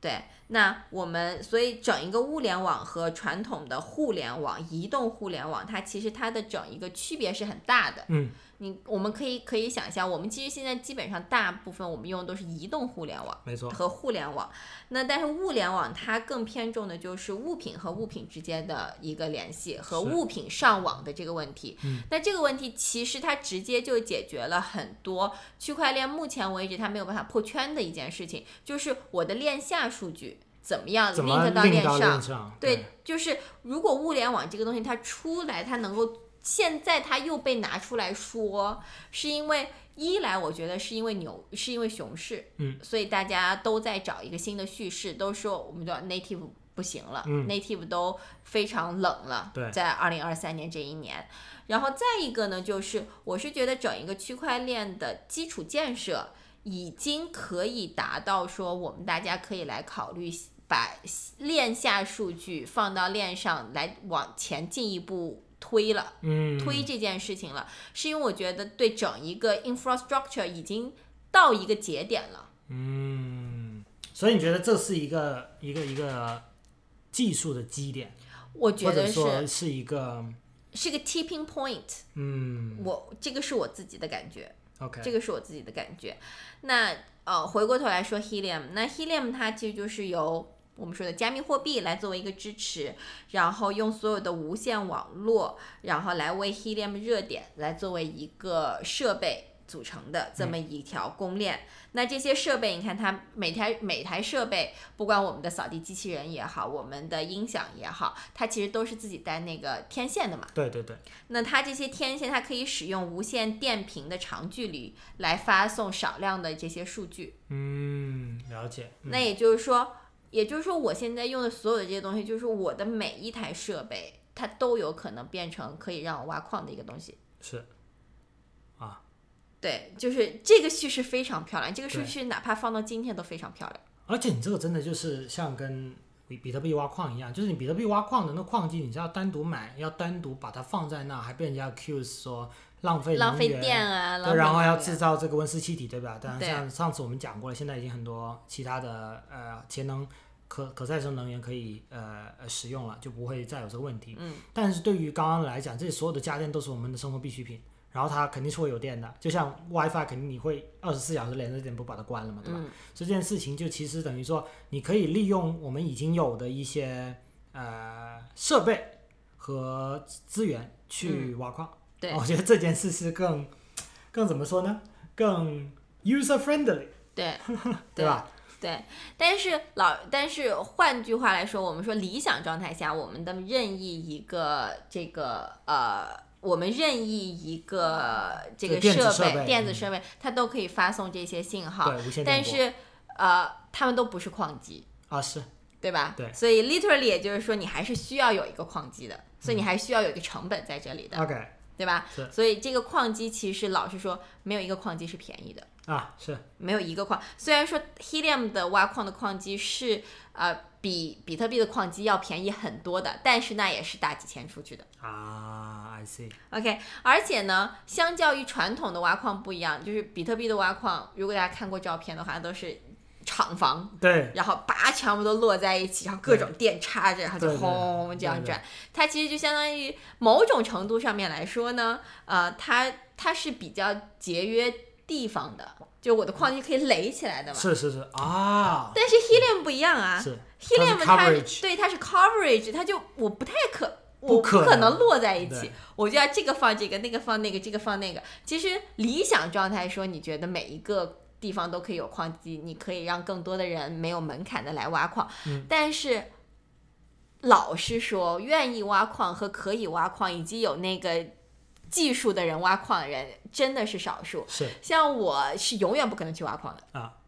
S1: 对，那我们所以整一个物联网和传统的互联网、移动互联网，它其实它的整一个区别是很大的。
S2: 嗯，
S1: 你我们可以可以想象，我们其实现在基本上大部分我们用的都是移动互联网。
S2: 没错，
S1: 和互联网。那但是物联网它更偏重的就是物品和物品之间的一个联系和
S2: 是
S1: 物品上网的这个问题。
S2: 嗯
S1: 那这个问题其实它直接就解决了很多区块链目前为止它没有办法破圈的一件事情，就是我的链下数据怎么样
S2: 怎么
S1: link 到
S2: 令
S1: 链
S2: 到链
S1: 上。
S2: 上？
S1: 对，就是如果物联网这个东西它出来，它能够现在它又被拿出来说，是因为一来我觉得是因为牛，是因为熊市，
S2: 嗯，
S1: 所以大家都在找一个新的叙事，都说我们叫 native 不行了、
S2: 嗯
S1: n a t i v e 都非常冷了，
S2: 对
S1: 在二零二三年这一年。然后再一个呢，就是我是觉得整一个区块链的基础建设已经可以达到说，我们大家可以来考虑把链下数据放到链上来往前进一步推了。
S2: 嗯，
S1: 推这件事情了，是因为我觉得对整一个 infrastructure 已经到一个节点了。
S2: 嗯，所以你觉得这是一个一个一个技术的基点，
S1: 我觉
S2: 或者
S1: 得
S2: 说
S1: 是
S2: 是一个
S1: 是个 tipping point，
S2: 嗯
S1: 我这个是我自己的感觉，
S2: ，OK，
S1: 这个是我自己的感觉。那呃，回过头来说 Helium，那 Helium 它其实就是由我们说的加密货币来作为一个支持，然后用所有的无线网络，然后来为 Helium 热点来作为一个设备组成的这么一条公链。那这些设备，你看它每台每台设备，不管我们的扫地机器人也好，我们的音响也好，它其实都是自己带那个天线的嘛。
S2: 对对对，
S1: 那它这些天线，它可以使用无线电频的长距离来发送少量的这些数据。
S2: 嗯，了解，嗯
S1: 那也就是说，也就是说，我现在用的所有的这些东西，就是我的每一台设备，它都有可能变成可以让我挖矿的一个东西。
S2: 是啊
S1: 对，就是这个叙事非常漂亮，这个叙
S2: 对
S1: 事哪怕放到今天都非常漂亮。
S2: 而且你这个真的就是像跟比比特币挖矿一样，就是你比特币挖矿的那矿机，你是要单独买，要单独把它放在那，还被人家 accuse 说浪费
S1: 浪
S2: 能
S1: 费
S2: 源，
S1: 电啊，浪
S2: 对，
S1: 费
S2: 然后
S1: 能
S2: 要
S1: 源
S2: 制造这个温室气体，对吧？当然
S1: 对
S2: 像上次我们讲过了，现在已经很多其他的呃节能可可再生能源可以呃呃使用了，就不会再有这个问题。
S1: 嗯，
S2: 但是对于刚刚来讲，这所有的家电都是我们的生活必需品，然后它肯定是会有电的，就像 WiFi 肯定你会二十四小时连着电不把它关了嘛，对吧？
S1: 嗯
S2: 这件事情就其实等于说，你可以利用我们已经有的一些呃设备和资源
S1: 嗯
S2: 去挖矿。
S1: 对
S2: 哦我觉得这件事是更更怎么说呢？更 user friendly，
S1: 对
S2: 对吧？
S1: 对，但是老，但是换句话来说，我们说理想状态下，我们的任意一个这个呃，我们任意一个这
S2: 这
S1: 个
S2: 电子
S1: 设
S2: 设
S1: 备、
S2: 备
S1: 电子
S2: 嗯
S1: 设备，它都可以发送这些信号，
S2: 对，无线电
S1: 但
S2: 波
S1: 是呃，它们都不是矿机，
S2: 啊是
S1: 对吧？
S2: 对
S1: 所以 literally 也就是说，你还是需要有一个矿机的，所以你还需要有一个成本在这里的，
S2: OK
S1: 对吧？
S2: 嗯是
S1: 所以这个矿机其实老实说，没有一个矿机是便宜的。
S2: 啊是
S1: 没有一个矿。虽然说 Helium 的挖矿的矿机是呃比比特币的矿机要便宜很多的，但是那也是大几千出去的。
S2: 啊，I see，
S1: OK，而且呢，相较于传统的挖矿不一样，就是比特币的挖矿，如果大家看过照片的话，都是厂房
S2: 对
S1: 然后叭全部都摞在一起，然后各种电插着，然后就
S2: 对对
S1: 轰这样
S2: 对对
S1: 转。它其实就相当于某种程度上面来说呢，呃，它它是比较节约地方的，就我的矿机可以垒起来的嘛。
S2: 是是是啊
S1: 但是 Helium 不一样啊
S2: 是
S1: ，Helium
S2: 它
S1: 它
S2: 是
S1: 是
S2: coverage
S1: 对它是 coverage，它就我不太可。我不
S2: 不可能
S1: 可能摞在一起
S2: 对，
S1: 我就要这个放这个，那个放那个，这个放那个。其实理想状态说，你觉得每一个地方都可以有矿机，你可以让更多的人没有门槛的来挖矿。
S2: 嗯
S1: 但是老实说，愿意挖矿和可以挖矿，以及有那个技术的人挖矿的人，真的是少数。
S2: 是
S1: 像我是永远不可能去挖矿的
S2: 啊。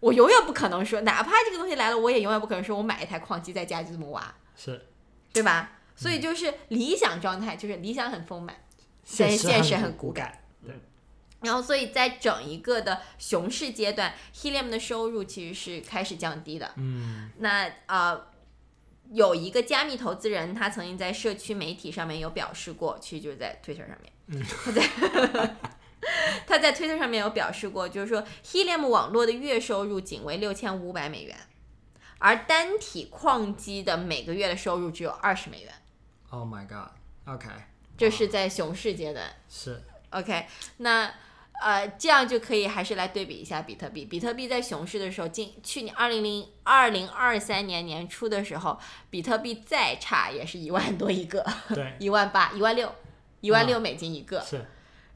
S1: 我永远不可能说，哪怕这个东西来了，我也永远不可能说我买一台矿机在家就这么挖，
S2: 是
S1: 对吧？所以就是理想状态，就是理想很丰满，
S2: 现
S1: 但现实
S2: 很
S1: 很骨
S2: 感，
S1: 然后所以在整一个的熊市阶段，Helium 的收入其实是开始降低的。
S2: 嗯
S1: 那呃，有一个加密投资人，他曾经在社区媒体上面有表示过，其实就是在 Twitter 上面，
S2: 嗯
S1: 他在 他在 Twitter 上面有表示过，就是说 Helium 网络的月收入仅为六千五百美元，而单体矿机的每个月的收入只有二十美元，
S2: Oh my god. OK，
S1: 这是在熊市阶段。
S2: 是
S1: OK，那呃，这样就可以还是来对比一下比特币。比特币在熊市的时候，今去年二零零二零二三年年初的时候，比特币再差也是一万多一个，
S2: 对，
S1: 一万八、一万六、一万
S2: 嗯
S1: 六美金一个。
S2: 是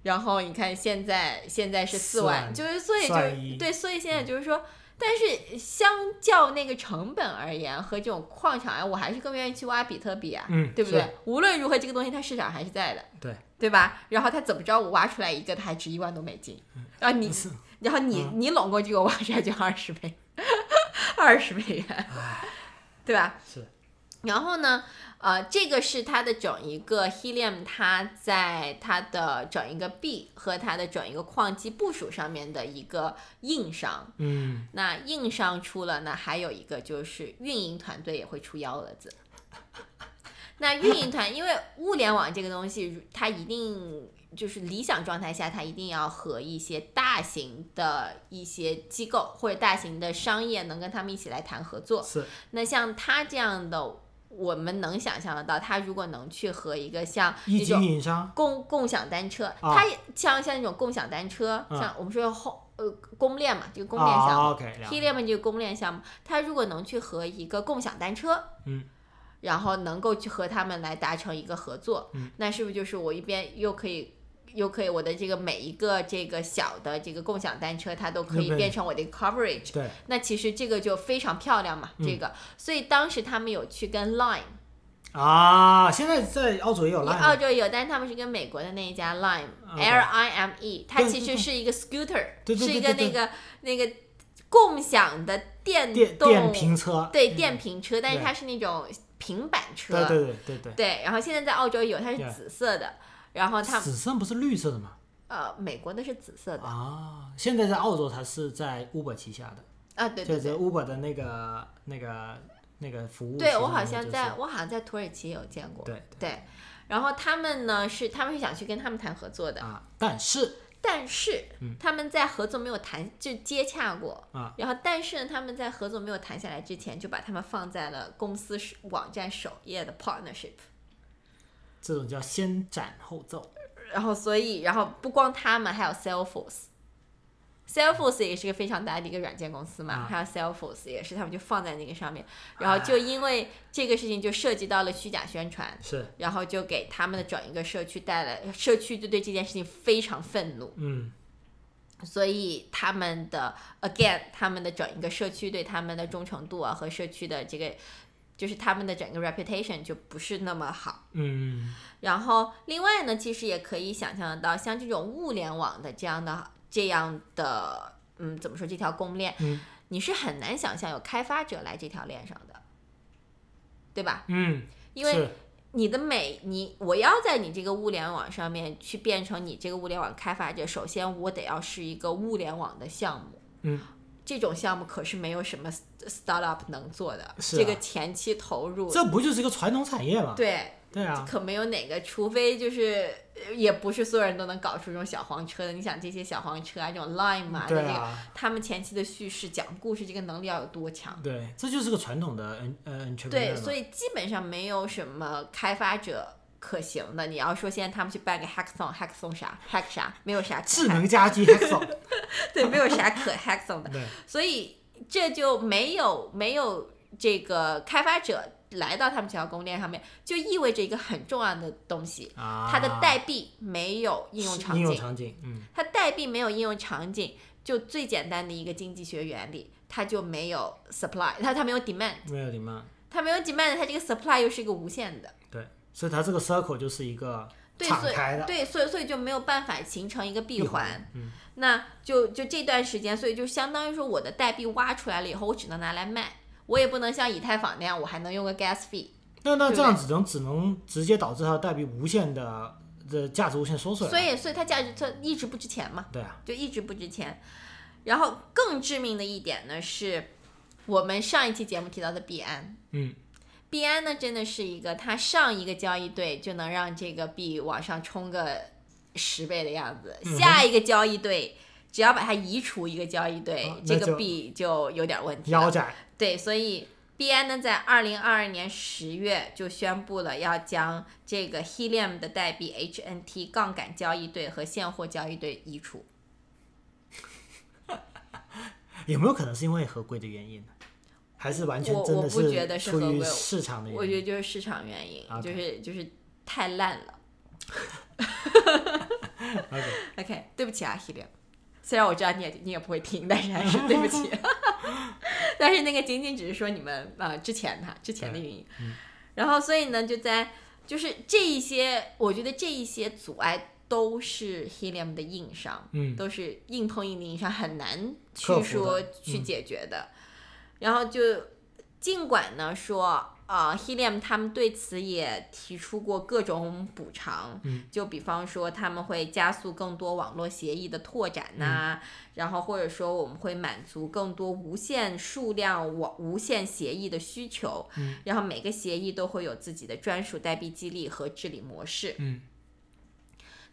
S1: 然后你看现在现在是四
S2: 四
S1: 万，
S2: 万
S1: 就是所以
S2: 算一
S1: 就
S2: 嗯
S1: 对，所以现在就是说。但是相较那个成本而言，和这种矿场呀，我还是更愿意去挖比特币啊，
S2: 嗯
S1: 对不对
S2: 是？
S1: 无论如何，这个东西它市场还是在的。
S2: 对，
S1: 对吧？然后他怎么着，我挖出来一个，他还值一万多美金，然后你， 然后你、你拢过去，我挖出来就二十美， 二十美元，对吧？
S2: 哎是
S1: 然后呢，呃，这个是它的整一个 Helium，它在它的整一个币和它的整一个矿机部署上面的一个硬伤。
S2: 嗯，
S1: 那硬伤出了呢，还有一个就是运营团队也会出幺蛾子。那运营团，因为物联网这个东西，它一定就是理想状态下，它一定要和一些大型的一些机构或者大型的商业能跟他们一起来谈合作。
S2: 是
S1: 那像他这样的，我们能想象得到，他如果能去和一个像
S2: 一
S1: 那
S2: 级
S1: 种
S2: 运营商，
S1: 共共享单车，
S2: 啊
S1: 他也像像那种共享单车，
S2: 嗯
S1: 像我们说后呃公链嘛，这个公链项目
S2: 啊，OK，了
S1: T
S2: 解
S1: 链嘛，这个公链项目，它如果能去和一个共享单车，
S2: 嗯，
S1: 然后能够去和他们来达成一个合作，
S2: 嗯，
S1: 那是不是就是我一边又可以。又可以，我的这个每一个这个小的这个共享单车，它都可以
S2: 对
S1: 变成我的 coverage，
S2: 对，
S1: 那其实这个就非常漂亮嘛，
S2: 嗯
S1: 这个，所以当时他们有去跟 Line，
S2: 啊，现在在澳洲也有
S1: 澳
S2: Line，
S1: 洲有，但是他们是跟美国的那一家
S2: OK
S1: Lime，L I M E，它
S2: 哦对
S1: 其实
S2: 对
S1: 是一个 scooter，
S2: 对对对
S1: 是一个
S2: 对
S1: 那
S2: 对
S1: 个那个共享的电
S2: 电
S1: 动
S2: 电瓶车，
S1: 对
S2: 嗯
S1: 电瓶车，但是
S2: 对
S1: 它是那种平板车，
S2: 对对对对
S1: 对然后现在在澳洲有，它是
S2: Yeah
S1: 紫色的，然后
S2: 对，
S1: 它
S2: 紫色不是绿色的吗？
S1: 呃美国的是紫色的
S2: 啊，现在在澳洲它是在 Uber 旗下的，
S1: 啊，对
S2: 就
S1: 对
S2: 是
S1: 对。
S2: Uber 的那个那个那个服务旗
S1: 对，
S2: 下
S1: 我
S2: 面
S1: 好
S2: 的就
S1: 像
S2: 是
S1: 在，我好像在土耳其有见过。
S2: 对
S1: 对，然后他们呢是他们是想去跟他们谈合作的，
S2: 啊，但是
S1: 但是
S2: 嗯
S1: 他们在合作没有谈就接洽过
S2: 啊，
S1: 然后但是呢他们在合作没有谈下来之前，就把他们放在了公司首网站首页的 partnership。
S2: 这种叫先斩后奏，
S1: 然后所以然后不光他们，还有 Salesforce。Salesforce 也是个非常大的一个软件公司嘛，
S2: 啊
S1: 还有 Salesforce 也是，他们就放在那个上面，然后就因为这个事情就涉及到了虚假宣传，
S2: 是，
S1: 然后就给他们的整一个社区带来，社区就对这件事情非常愤怒，
S2: 嗯，
S1: 所以他们的 again 他们的整一个社区对他们的忠诚度啊和社区的这个，就是他们的整个 reputation 就不是那么好。
S2: 嗯，
S1: 然后另外呢，其实也可以想象得到，像这种物联网的这样的这样的，嗯，怎么说这条公链，
S2: 嗯
S1: 你是很难想象有开发者来这条链上的，对吧？
S2: 嗯，
S1: 因为
S2: 是
S1: 你的每你我要在你这个物联网上面去变成你这个物联网开发者，首先我得要是一个物联网的项目，
S2: 嗯，
S1: 这种项目可是没有什么 startup 能做的，
S2: 是
S1: 这
S2: 啊
S1: 个前期投入，
S2: 这不就是一个传统产业吗？
S1: 对，
S2: 对啊，
S1: 可没有哪个，除非就是呃也不是所有人都能搞出这种小黄车的。你想这些小黄车啊，这种 Lime 啊，
S2: 对
S1: 那这个
S2: 啊，
S1: 他们前期的叙事、讲故事这个能力要有多强？
S2: 对，这就是个传统的嗯呃 entrepreneur
S1: 对，
S2: 嘛
S1: 所以基本上没有什么开发者可行的。你要说现在他们去办个 Hackathon，Hackathon 啥 Hack 啥，没有啥可 hack-
S2: 智能家居 hackathon，
S1: 对，没有啥可 Hackathon 的，
S2: 对，
S1: 所以这就没有没有这个开发者来到他们这条供应链上面，就意味着一个很重要的东西，
S2: 啊，
S1: 它的代币没有应用
S2: 是
S1: 场
S2: 应用
S1: 景，
S2: 场景，嗯，
S1: 它代币没有应用场景，就最简单的一个经济学原理，它就没有 supply，它它没有 demand，
S2: 没有 demand，
S1: 它没有 demand，它这个 supply 又是一个无限的，
S2: 对，所以它这个 circle 就是一个
S1: 对，
S2: 敞
S1: 所以
S2: 开的
S1: 对，所以所以就没有办法形成一个闭
S2: 闭
S1: 环。，
S2: 嗯，
S1: 那就就这段时间，所以就相当于说我的代币挖出来了以后，我只能拿来卖，我也不能像以太坊那样，我还能用个 gas fee。
S2: 那那
S1: 对
S2: 这样只能只能直接导致它的代币无限的的价值无限缩水了，
S1: 所以所以它价值它一直不值钱嘛，
S2: 对啊，
S1: 就一直不值钱。然后更致命的一点呢，是我们上一期节目提到的币安。
S2: 嗯，
S1: 币安呢，真的是一个它上一个交易对就能让这个币往上冲个十倍的样子，
S2: 嗯哼
S1: 下一个交易对只要把它移除一个交易对，
S2: 啊
S1: 这
S2: 那
S1: 个
S2: 就
S1: 币就有点问题了。
S2: 腰斩，
S1: 对，所以币安呢，在二零二二年十月就宣布了要将这个 Helium 的代币 HNT 杠杆交易对和现货交易对移除。
S2: 有没有可能是因为合规的原因呢？还是完全
S1: 我
S2: 真
S1: 我
S2: 的
S1: 不觉得是
S2: 出
S1: 合
S2: 于
S1: 规
S2: 市场的
S1: 我
S2: 原
S1: 觉得
S2: 因？
S1: 就是市场原因
S2: OK
S1: 就是就是太烂了。
S2: OK
S1: OK，对不起啊，Helium。虽然我知道你也你也不会听，但是还是对不起。 但是那个仅仅只是说你们呃之前哈之前的运营，
S2: 嗯
S1: 然后所以呢就在就是这一些，我觉得这一些阻碍都是 Helium 的硬伤，
S2: 嗯
S1: 都是硬碰硬的硬伤，很难
S2: 克
S1: 去
S2: 服
S1: 说
S2: 的
S1: 去
S2: 嗯
S1: 解决的。然后就尽管呢说呃 Helium 他们对此也提出过各种补偿，
S2: 嗯
S1: 就比方说他们会加速更多网络协议的拓展呐、
S2: 嗯
S1: 然后或者说我们会满足更多无限数量网无限协议的需求，
S2: 嗯
S1: 然后每个协议都会有自己的专属代币激励和治理模式。
S2: 嗯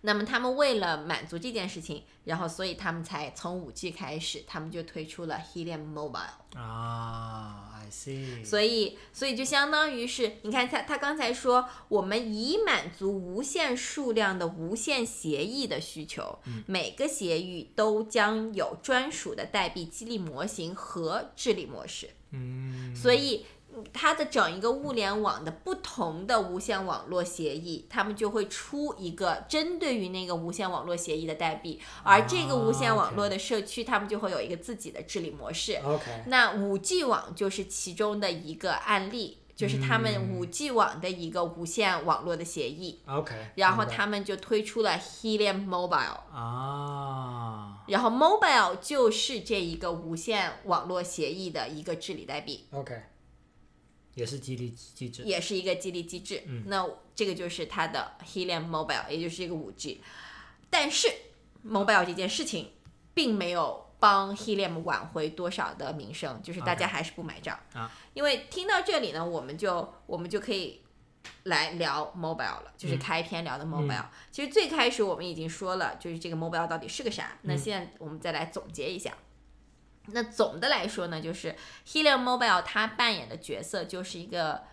S1: 那么他们为了满足这件事情，然后所以他们才从五 G 开始，他们就推出了 Helium Mobile。
S2: 啊，I see。
S1: 所以，所以就相当于是，你看他他刚才说，我们以满足无限数量的无限协议的需求，每个协议都将有专属的代币激励模型和治理模式。
S2: 嗯，
S1: 所以嗯它的整一个物联网的不同的无线网络协议，他们就会出一个针对于那个无线网络协议的代币，而这
S2: 啊
S1: 个无线网络的社区，他们就会有一个自己的治理模式。
S2: OK，
S1: 那五 G 网就是其中的一个案例，就是他们
S2: 嗯
S1: 五 G 网的一个无线网络的协议，
S2: OK，
S1: 然后
S2: 明白
S1: 他们就推出了 Helium Mobile。
S2: 啊
S1: 然后 mobile 就是这一个无线网络协议的一个治理代币，
S2: ，OK，也是激励机制，
S1: 也是一个激励机制。
S2: 嗯
S1: 那这个就是它的 Helium Mobile，也就是一个五 G。但是 mobile 这件事情并没有帮 Helium 挽回多少的名声，就是大家
S2: OK
S1: 还是不买账
S2: 啊。
S1: 因为听到这里呢，我们就我们就可以来聊 mobile 了，就是
S2: 嗯
S1: 开篇聊的 mobile。其实最开始我们已经说了，就是这个 mobile 到底是个啥。那
S2: 嗯
S1: 现在我们再来总结一下。那总的来说呢，就是 Helium Mobile 它扮演的角色就是一个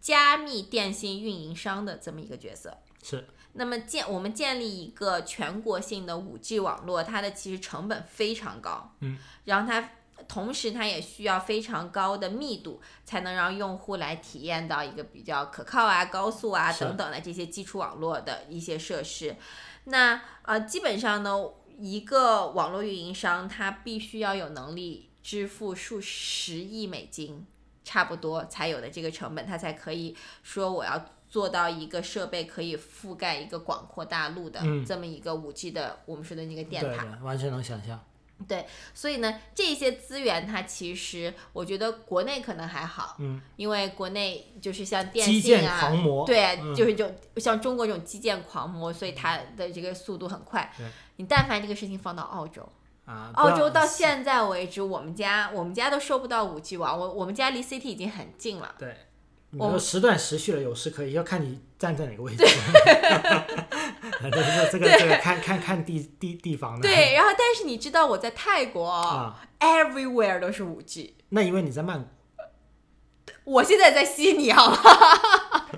S1: 加密电信运营商的这么一个角色。
S2: 是
S1: 那么建我们建立一个全国性的五 G 网络，它的其实成本非常高，
S2: 嗯，
S1: 然后它同时它也需要非常高的密度，才能让用户来体验到一个比较可靠啊、高速啊
S2: 是
S1: 等等的这些基础网络的一些设施。那呃，基本上呢，一个网络运营商它必须要有能力支付数十亿美金，差不多才有的这个成本，它才可以说我要做到一个设备可以覆盖一个广阔大陆的
S2: 嗯
S1: 这么一个五 G 的我们说的那个
S2: 对
S1: 电塔。
S2: 的，完全能想象。
S1: 所以呢，这些资源它其实我觉得国内可能还好，
S2: 嗯，
S1: 因为国内就是像电
S2: 基
S1: 信
S2: 建
S1: 啊，
S2: 狂魔，
S1: 对，
S2: 嗯
S1: 就是这种像中国这种基建狂魔，所以它的这个速度很快
S2: 对。
S1: 你但凡这个事情放到澳洲，
S2: 啊，不
S1: 澳
S2: 要
S1: 洲哦到现在为止，我们家我们家都收不到五 G 网，我我们家离 CT 已经很近了。
S2: 对，你
S1: 我
S2: 说
S1: 们
S2: 时断时续的有时可以，要看你站在哪个位置。 对，这个这个看看看地地地方 的。
S1: 对，然后但是你知道我在泰国、
S2: 嗯啊，
S1: everywhere 都是五 G，
S2: 那因为你在曼 谷，
S1: 我现在在悉尼，好吧，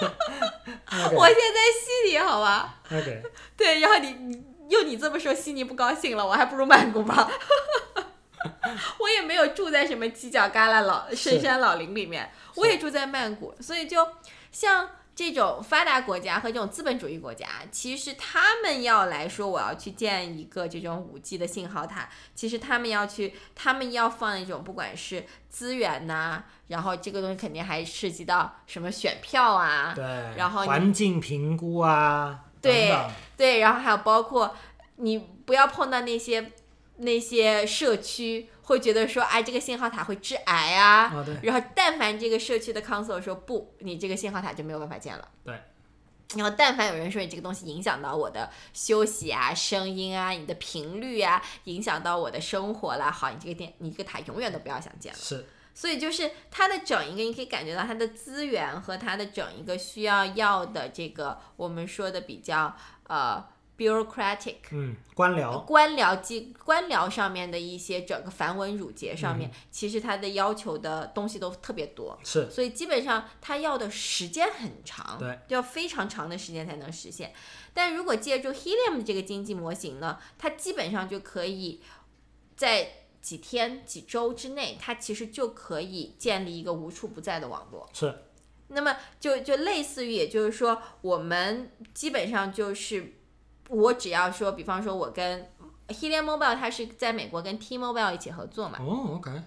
S1: 我现在在悉尼，好吧，
S2: OK，
S1: 对，然后你你又你这么说，悉尼不高兴了，我还不如曼谷吧。 我也没有住在什么犄角旮旯老深山老林里面，我也住在曼谷，所以就像这种发达国家和这种资本主义国家，其实他们要来说我要去建一个这种五 G 的信号塔，其实他们要去，他们要放一种不管是资源呐、然后这个东西肯定还涉及到什么选票啊，
S2: 对，
S1: 然后你
S2: 环境评估啊，
S1: 对
S2: 等等
S1: 对，然后还有包括你不要碰到那些那些社区，会觉得说，哎，这个信号塔会致癌啊。
S2: 啊，对，
S1: 然后但凡这个社区的 council 说不，你这个信号塔就没有办法建了。
S2: 对。
S1: 然后，但凡有人说你这个东西影响到我的休息啊、声音啊、你的频率啊，影响到我的生活啦，好，你这个电，你这个塔永远都不要想建了。
S2: 是
S1: 所以就是它的整一个，你可以感觉到它的资源和它的整一个需要要的这个我们说的比较呃 bureaucratic
S2: 嗯，官僚，
S1: 官僚机官僚上面的一些整个繁文缛节上面，其实它的要求的东西都特别多，
S2: 是
S1: 所以基本上它要的时间很长，
S2: 对，
S1: 要非常长的时间才能实现。但如果借助 Helium 这个经济模型呢，它基本上就可以在几天、几周之内，它其实就可以建立一个无处不在的网络。
S2: 是，
S1: 那么就就类似于，也就是说，我们基本上就是我只要说，比方说我跟 Helium Mobile，它是在美国跟 T-Mobile 一起合作嘛，
S2: 哦，OK，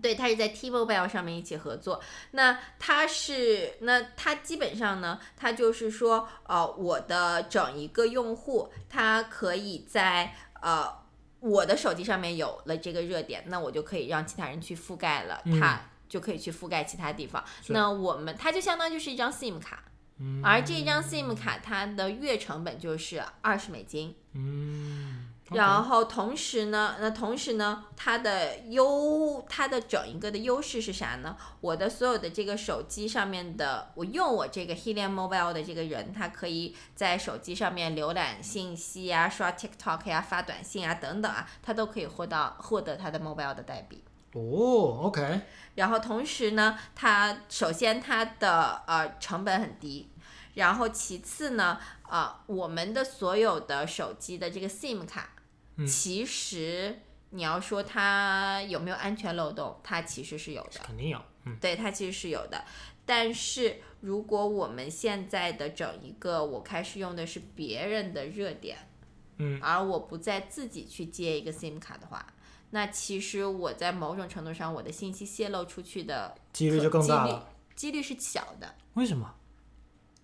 S1: 对，它是在 T-Mobile 上面一起合作。那它是，那它基本上呢，它就是说，呃，我的整一个用户，他可以在呃我的手机上面有了这个热点，那我就可以让其他人去覆盖了，
S2: 嗯
S1: 它就可以去覆盖其他地方。
S2: 是
S1: 那我们它就相当于就是一张 SIM 卡，
S2: 嗯
S1: 而这张 SIM 卡它的月成本就是二十美金。
S2: 嗯，
S1: 然后同时呢，那同时呢，它的优，它的整一个的优势是啥呢？我的所有的这个手机上面的，我用我这个 Helium Mobile 的这个人，他可以在手机上面浏览信息啊，刷 TikTok 呀、发短信啊等等啊，他都可以获到获得他的 Mobile 的代币。
S2: 哦，OK，
S1: 然后同时呢，它首先它的呃成本很低，然后其次呢，啊、我们的所有的手机的这个 SIM 卡，
S2: 嗯
S1: 其实你要说它有没有安全漏洞，它其实是有的。
S2: 肯定有，嗯，
S1: 对，它其实是有的。但是如果我们现在的整一个，我开始用的是别人的热点，
S2: 嗯，
S1: 而我不再自己去接一个 SIM 卡的话，那其实我在某种程度上，我的信息泄露出去的
S2: 几率就更大了。
S1: 几率是小的，
S2: 为什么？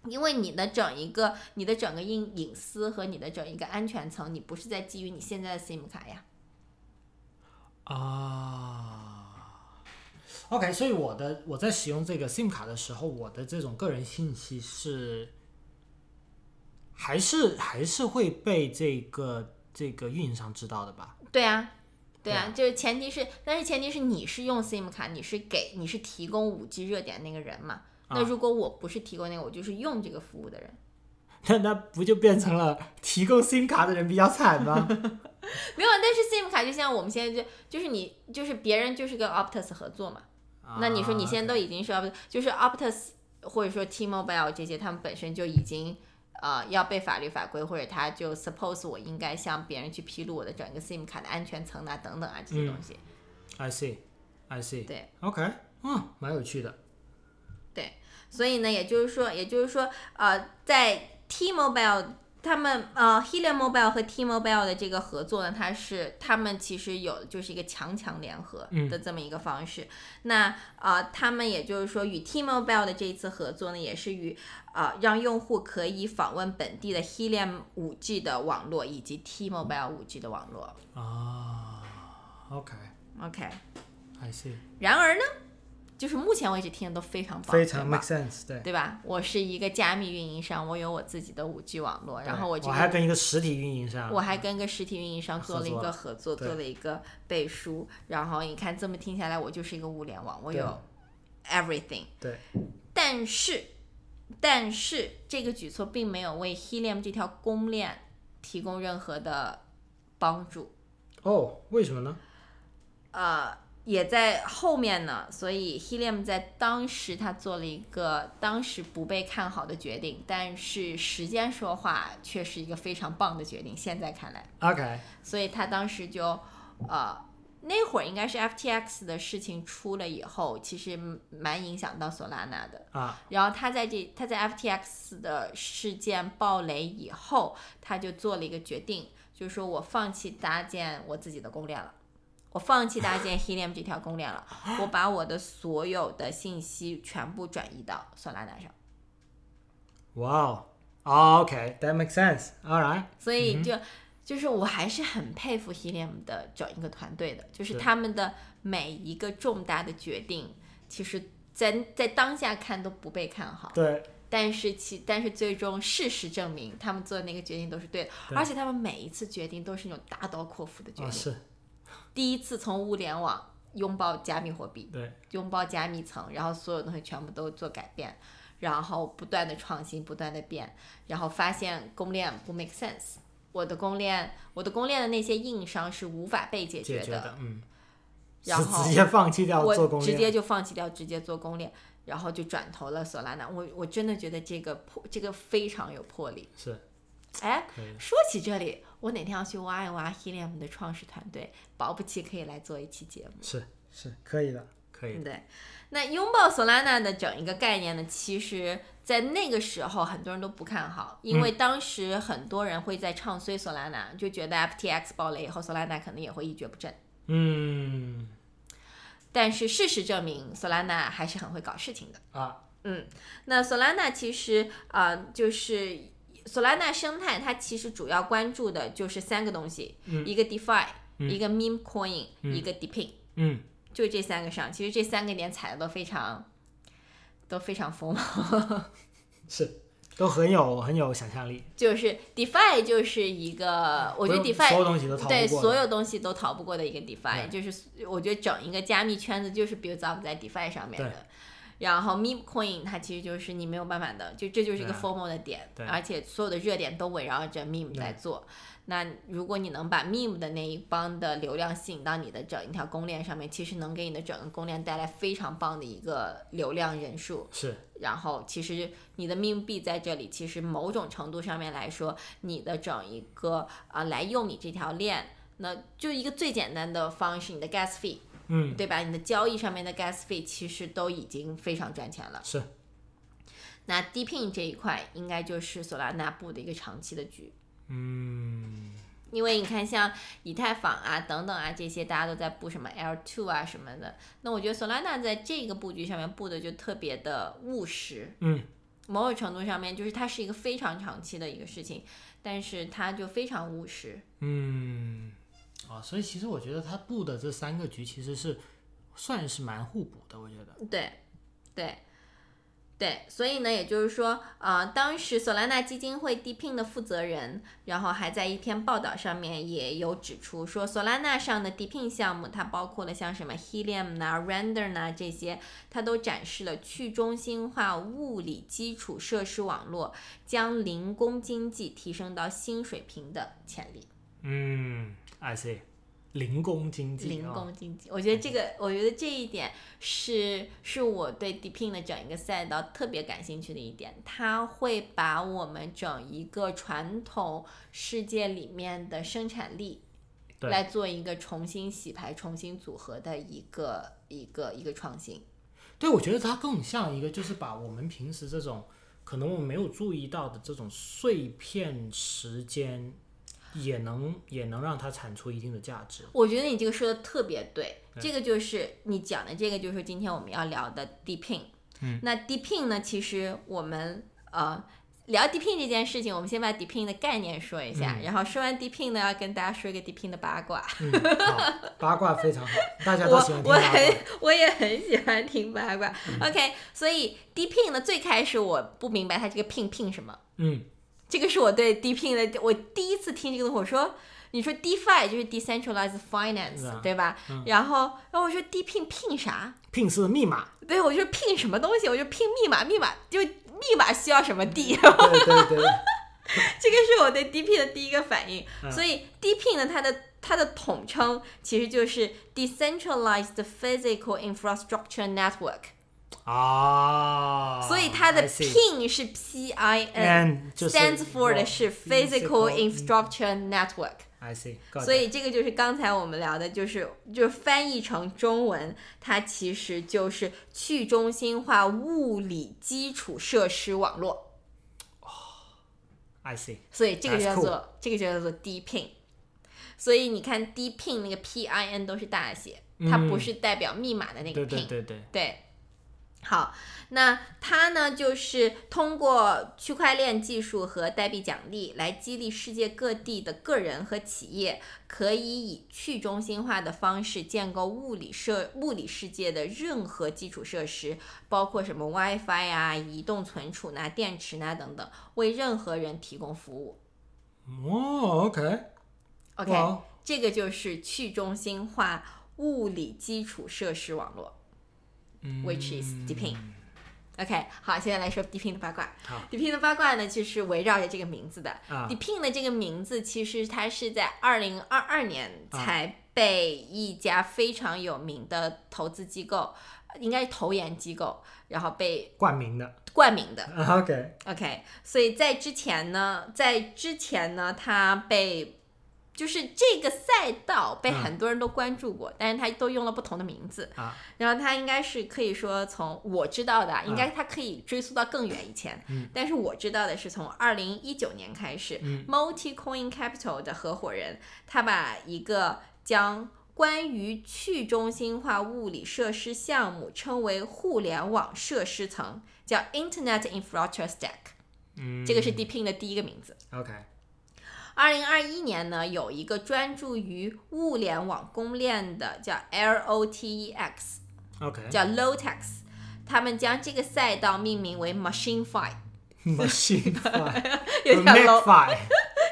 S1: 因为你的整一个、你的整个隐隐私和你的整一个安全层，你不是在基于你现在的 SIM 卡呀。
S2: 啊，OK，所以我的我在使用这个 SIM 卡的时候，我的这种个人信息是还是还是会被这个这个运营商知道的吧？
S1: 对啊，对
S2: 对
S1: 啊，就是前提是，但是前提是你是用 SIM 卡，你是给你是提供五 G 热点那个人嘛？那
S2: 啊
S1: 如果我不是提供那个，我就是用这个服务的人，
S2: 那那不就变成了提供 SIM 卡的人比较惨吗？
S1: 没有。啊但是 SIM 卡就像我们现在就就是你就是别人就是跟 Optus 合作嘛，
S2: 啊
S1: 那你说你现在都已经是 Optus，就是 Optus 或者说 T-Mobile 这些，他们本身就已经呃要被法律法规或者他就 suppose 我应该向别人去披露我的整个 SIM 卡的安全层啊等等啊这些东西，
S2: I see, I see.
S1: 对
S2: OK，嗯，蛮有趣的。
S1: 所以呢，也就是说，也就是说，呃，在 T-Mobile 他们呃 Helium Mobile 和 T-Mobile 的这个合作呢，它是他们其实有就是一个强强联合
S2: 嗯
S1: 的这么一个方式。那呃，他们也就是说与 T-Mobile 的这一次合作呢，也是与呃让用户可以访问本地的 Helium 5G 的网络以及 T-Mobile 5G 的网络。
S2: 啊，OK,
S1: OK，
S2: I see，
S1: 然而呢，就是目前为止听的都非常棒，
S2: 非常
S1: 对吧
S2: make sense，对。
S1: 对吧？我是一个加密运营商，我有我自己的五 G 网络，然后
S2: 我
S1: 我这个
S2: 还跟一个实体运营商，
S1: 我还跟个实体运营商做
S2: 合
S1: 了一
S2: 作
S1: 个合作，
S2: 对
S1: 做了一个背书，然后你看这么听下来，我就是一个物联网，我
S2: 对
S1: 有 everything。
S2: 对，
S1: 但是，但是这个举措并没有为 Helium 这条公链提供任何的帮助。
S2: 哦，为什么呢？
S1: 呃，也在后面呢，所以 Helium 在当时他做了一个当时不被看好的决定，但是时间说话却是一个非常棒的决定。现在看来，
S2: OK，
S1: 所以他当时就呃。那会儿应该是 FTX 的事情出了以后，其实蛮影响到索拉娜的。
S2: 啊，
S1: 然后他在这他在 FTX 的事件爆雷以后，他就做了一个决定，就是说我放弃搭建我自己的公链了，我放弃搭建 Helium 这条公链了，我把我的所有的信息全部转移到 Solana 上。
S2: 哇哦，OK，that makes sense，all right，
S1: 所以就、就是我还是很佩服 Helium 的整一个团队的，就是
S2: 是
S1: 他们的每一个重大的决定，其实在在当下看都不被看好。
S2: 对，
S1: 但是其但是最终事实证明，他们做的那个决定都是对的，
S2: 对
S1: 而且他们每一次决定都是那种大刀阔斧的决定。
S2: 啊是，
S1: 第一次从物联网拥抱加密货币，
S2: 对，
S1: 拥抱加密层，然后所有东西全部都做改变。然后不断的创新，不断的变，然后发现供链不 make sense。我的供链，我的供链的那些硬伤是无法被解
S2: 解
S1: 决
S2: 决
S1: 的，
S2: 的，嗯，
S1: 然
S2: 是
S1: 后
S2: 直接放弃掉做
S1: 我
S2: 攻
S1: 直
S2: 略，
S1: 接就放弃掉，直接做攻略，然后就转投了索拉纳。我我真的觉得这个魄，这个非常有魄力。
S2: 是
S1: 哎，
S2: 可以的，
S1: 说起这里，我哪天要去挖一挖 Helium 的创始团队，保不齐可以来做一期节目。
S2: 是是可以的，可以的，
S1: 对，那拥抱 Solana 的整一个概念呢，其实在那个时候很多人都不看好，因
S2: 嗯
S1: 为当时很多人会在唱衰 Solana，、就觉得 FTX 爆雷以后，Solana 可能也会一蹶不振。
S2: 嗯
S1: 但是事实证明，Solana 还是很会搞事情的。
S2: 啊，
S1: 嗯，那 Solana 其实啊、呃就是 Solana 生态，它其实主要关注的就是三个东西，一个 DeFi，、一个 Meme Coin，、一个 Depin，
S2: 嗯，
S1: 就这三个上。其实这三个点踩的都非常，都非常丰满。
S2: 是都很有很有想象力，
S1: 就是 DeFi 就是一个，我觉得
S2: 不用
S1: DeFi
S2: 所有东西都逃不过
S1: 对
S2: 的，
S1: 所有东西都逃不过的一个 DeFi，就是我觉得整一个加密圈子就是 build up 在 DeFi 上面
S2: 对
S1: 的。然后 Meme Coin 它其实就是你没有办法的，就这就是一个
S2: 对啊
S1: formal 的点，
S2: 对
S1: 而且所有的热点都围绕着 Meme
S2: 对
S1: 在做。那如果你能把 Meme 的那一帮的流量吸引到你的整一条公链上面，其实能给你的整个公链带来非常棒的一个流量人数。
S2: 是
S1: 然后其实你的命币在这里，其实某种程度上面来说，你的整一个啊、呃来用你这条链，那就一个最简单的方式，你的 gas fee，
S2: 嗯
S1: 对吧？你的交易上面的 gas fee 其实都已经非常赚钱了。
S2: 是
S1: 那 Deepin 这一块，应该就是索拉纳布的一个长期的局。
S2: 嗯
S1: 因为你看，像以太坊啊、等等啊这些，大家都在布什么 L2 啊什么的。那我觉得 Solana 在这个布局上面布的就特别的务实，
S2: 嗯
S1: 某种程度上面，就是它是一个非常长期的一个事情，但是它就非常务实。
S2: 嗯啊，所以其实我觉得他布的这三个局其实是算是蛮互补的，我觉得，
S1: 对，对，对，所以呢，也就是说，呃，当时索拉纳基金会 Deepin 的负责人，然后还在一篇报道上面也有指出说，索拉纳上的 Deepin 项目，它包括了像什么 Helium 呐、Render 呐这些，它都展示了去中心化物理基础设施网络将零工经济提升到新水平的潜力。
S2: 嗯，I see，零工经济，
S1: 零
S2: 啊
S1: 工经济，我觉得这个，我觉得这一点是是我对 Deepin 的整一个赛道特别感兴趣的一点。它会把我们整一个传统世界里面的生产力，
S2: 对
S1: 来做一个重新洗牌、重新组合的一个一个一个创新。
S2: 对，我觉得它更像一个，就是把我们平时这种可能我们没有注意到的这种碎片时间，也能也能让它产出一定的价 值。
S1: 我觉得你这个说的特别对，
S2: 对
S1: 这个就是你讲的这个就是今天我们要聊的 Deepin。嗯，那 Deepin 呢，其实我们呃聊 Deepin 这件事情，我们先把 Deepin 的概念说一下，然后说完 Deepin 呢，要跟大家说一个 Deepin 的八卦。
S2: 嗯，好，八卦非常好，大 家都喜
S1: 我
S2: 欢听
S1: 我
S2: 八
S1: 很
S2: 卦。嗯
S1: 我也很喜欢听八卦。OK，所以 Deepin 呢，最开始我不明白它这个 pin pin 什么，
S2: 嗯，
S1: 这个是我对 Deepin 的，我第一次听这个东西，我说。你说 DeFi 就是 decentralized
S2: 是
S1: finance，、
S2: 啊
S1: 对吧？然后，然后我说 Deepin pin 啥？
S2: 聘是密码，
S1: 对，我就拼什么东西，我就拼密码，密码就密码需要什么 D，
S2: 对对对，
S1: 这个是我对 DP 的第一个反应。
S2: 嗯
S1: 所以 DP 呢，它的它的统称其实就是 Decentralized Physical Infrastructure Network，、
S2: 啊，
S1: 所以它的
S2: I see
S1: PIN 是 PIN。
S2: and 就是
S1: stands for 的
S2: 我
S1: 是
S2: physical
S1: physical infrastructure network，
S2: I see，got
S1: 所
S2: it
S1: 以这个就是刚才我们聊的，就是就是翻译成中文，它其实就是去中心化物理基础设施网络。
S2: I see，
S1: 所以这个就
S2: That's
S1: 叫做这个就叫做 D pin。所以你看 D pin 那个 P I N 都是大写，它
S2: 嗯
S1: 不是代表密码的那个
S2: 对
S1: pin。
S2: 对对对，
S1: 对好，那它呢，就是通过区块链技术和代币奖励来激励世界各地的个人和企业，可以以去中心化的方式建构物理设物理世界的任何基础设施，包括什么 WiFi 啊、移动存储呐、电池呐、等等，为任何人提供服务。
S2: 哦，OK，
S1: OK，
S2: 哇哦
S1: 这个就是去中心化物理基础设施网络、w h i c h is Deepin。 OK，好，现在来说 Deepin 的八卦
S2: 好。
S1: Deepin 的八卦呢，就是围绕着这个名字的。
S2: 啊
S1: Deepin 的这个名字，其实它是在二零二二年
S2: 啊
S1: 才被一家非常有名的投资机构，应该是投研机构，然后被
S2: 冠名的。
S1: 冠名的。
S2: OK，
S1: OK，所以在之前呢，在之前呢，它被就是这个赛道被
S2: 嗯
S1: 很多人都关注过，但是它都用了不同的名字
S2: 啊。
S1: 然后它应该是可以说从我知道的啊，应该它可以追溯到更远以前，
S2: 嗯
S1: 但是我知道的是从二零一九年开始、
S2: 嗯
S1: m u l t i Coin Capital 的合伙人，他把一个将关于去中心化物理设施项目称为互联网设施层，叫 Internet Infrastructure Stack。
S2: 嗯，
S1: 这个是 Deepin 的第一个名字。
S2: OK，
S1: 二零二一年呢，有一个专注于物联网公链的叫 LOTEX，
S2: OK，
S1: 叫 Lotex，他们将这个赛道命名为 Machine Fi，
S2: machine file，
S1: 有点
S2: Mac
S1: low，
S2: file，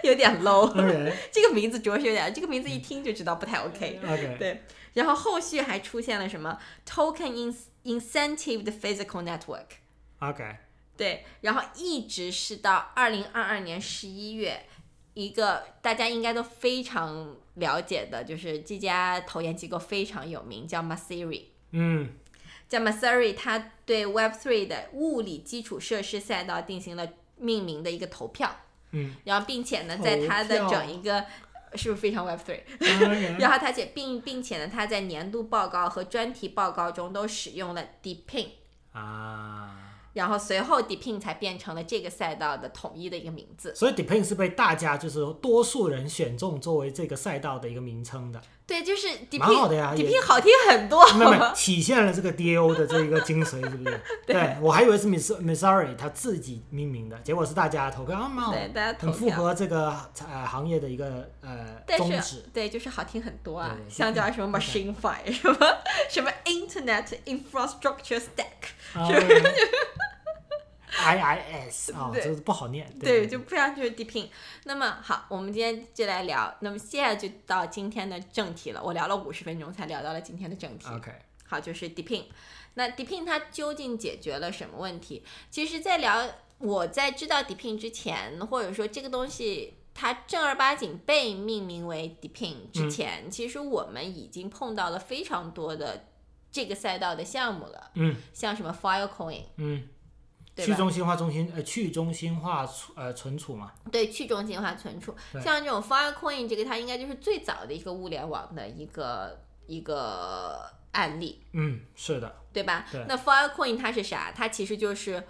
S1: 有点 low，
S2: OK
S1: 这个名字着实有点，这个名字一听就知道不太 OK。
S2: OK，
S1: 对，然后后续还出现了什么 Token in Incentive 的 Physical Network，
S2: OK，
S1: 对，然后一直是到二零二二年十一月，一个大家应该都非常了解的，就是这家投研机构非常有名，叫 Masiri。
S2: 嗯
S1: 叫 Masiri，它对 Web3 的物理基础设施赛道进行了命名的一个投票，
S2: 嗯
S1: 然后并且呢，
S2: 投
S1: 在它的
S2: 票嗯
S1: 整一个是不是非常 Web3？
S2: ，OK，
S1: 然后它且并并且呢，它在年度报告和专题报告中都使用了 Deepin。
S2: 啊，
S1: 然后随后 Deepin 才变成了这个赛道的统一的一个名字。
S2: 所以 depend 是被大家就是多数人选中作为这个赛道的一个名 称的，
S1: 对，就是
S2: 蛮好的
S1: Deepin
S2: 呀也
S1: Deepin 好听很多，
S2: 那么体现了这个 DAO 的这一个精髓，是 不是？对我还以为是 Miss Missouri 他自己命名的，结果是大家投票，啊，蛮好
S1: 对，大家投
S2: 很符
S1: 票。
S2: 合这个呃行业的一个呃
S1: 但
S2: 宗
S1: 是
S2: 旨。
S1: 对，就是好听很多啊，
S2: 对
S1: 相较于什么 Machine Fire，什么什么 Internet Infrastructure Stack，
S2: 啊 IIS 啊，
S1: 对
S2: 这不好念。
S1: 对，就非常就是 Deepin。那么好，我们今天就来聊，那么现在就到今天的正题了。我聊了五十分钟才聊到了今天的正题。
S2: OK，
S1: 好，就是 Deepin。那 Deepin 它究竟解决了什么问题？其实，在聊我在知道 Deepin 之前，或者说这个东西它正儿八经被命名为 Deepin 之前，其实我们已经碰到了非常多的这个赛道的项目了，
S2: 嗯
S1: 像什么 Filecoin，
S2: 嗯，
S1: 对
S2: 去
S1: 吧？
S2: 中心化中心呃去中心化储呃存储嘛，
S1: 对，去中心化存储，
S2: 对
S1: 像这种 Filecoin 这个，它应该就是最早的一个物联网的一个一个案例。
S2: 嗯，是的，
S1: 对吧？
S2: 对
S1: 那 Filecoin 它是啥？它其实就是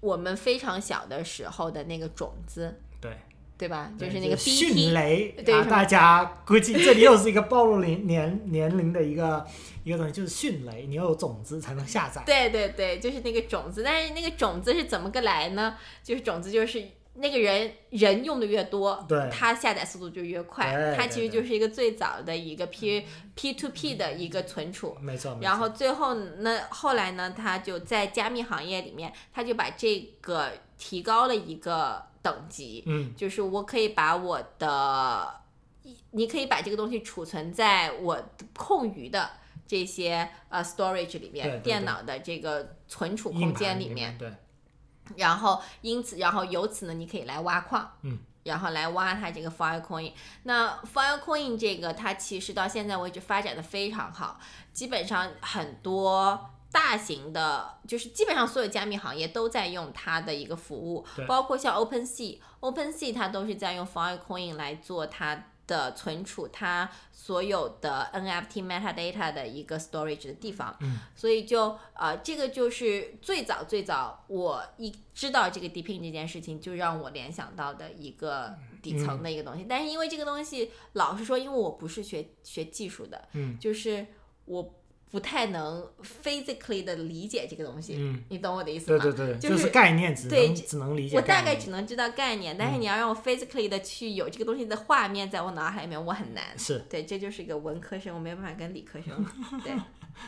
S1: 我们非常小的时候的那个种子，
S2: 对，
S1: 对吧？就
S2: 对
S1: 是那个
S2: 迅
S1: BT，
S2: 雷
S1: 对
S2: 啊，
S1: 什么
S2: 大家估计这里又是一个暴露年 年年龄的一个一个东西，就是迅雷，你要有种子才能下载。
S1: 对对对，就是那个种子。但是那个种子是怎么个来呢？就是种子就是那个人人用的越多，
S2: 对
S1: 它下载速度就越快
S2: 对。
S1: 它其实
S2: 对对嗯
S1: 就是一个最早的一个 P P to P 的一个存储。
S2: 没错，没
S1: 然
S2: 错
S1: 后最后那后来呢，他就在加密行业里面，他就把这个提高了一个等级，
S2: 嗯
S1: 就是我可以把我的，一你可以把这个东西储存在我空余的这些呃 storage 里面，
S2: 对对对
S1: 电脑的这个存储
S2: 硬
S1: 空
S2: 盘
S1: 间里
S2: 里
S1: 面，
S2: 面对，
S1: 然后因此，然后由此呢，你可以来挖矿，
S2: 嗯，
S1: 然后来挖它这个 Filecoin。那 Filecoin 这个它其实到现在为止发展的非常好，基本上很多。大型的，就是基本上所有加密行业都在用它的一个服务
S2: 对，
S1: 包括像 OpenSea，OpenSea 它都是在用 Filecoin 来做它的存储，它所有的 NFT metadata 的一个 storage 的地方。所以就呃，这个就是最早最早我一知道这个 Deepin 这件事情，就让我联想到的一个底层的一个东西。但是因为这个东西，老实说，因为我不是学学技术的，
S2: 嗯
S1: 就是我不太能 physically 的理解这个东西，
S2: 嗯，
S1: 你懂我的意思
S2: 对
S1: 吗？
S2: 对对，
S1: 就是
S2: 概念只
S1: 对
S2: 能
S1: 这
S2: 只能理解
S1: 我
S2: 概
S1: 大概
S2: 念嗯
S1: 只能知道概念，但是你要让我 physically 的去有这个东西的画面在我脑海里面，我很难。
S2: 是
S1: 对，这就是一个文科生，我没有办法跟理科 生。对，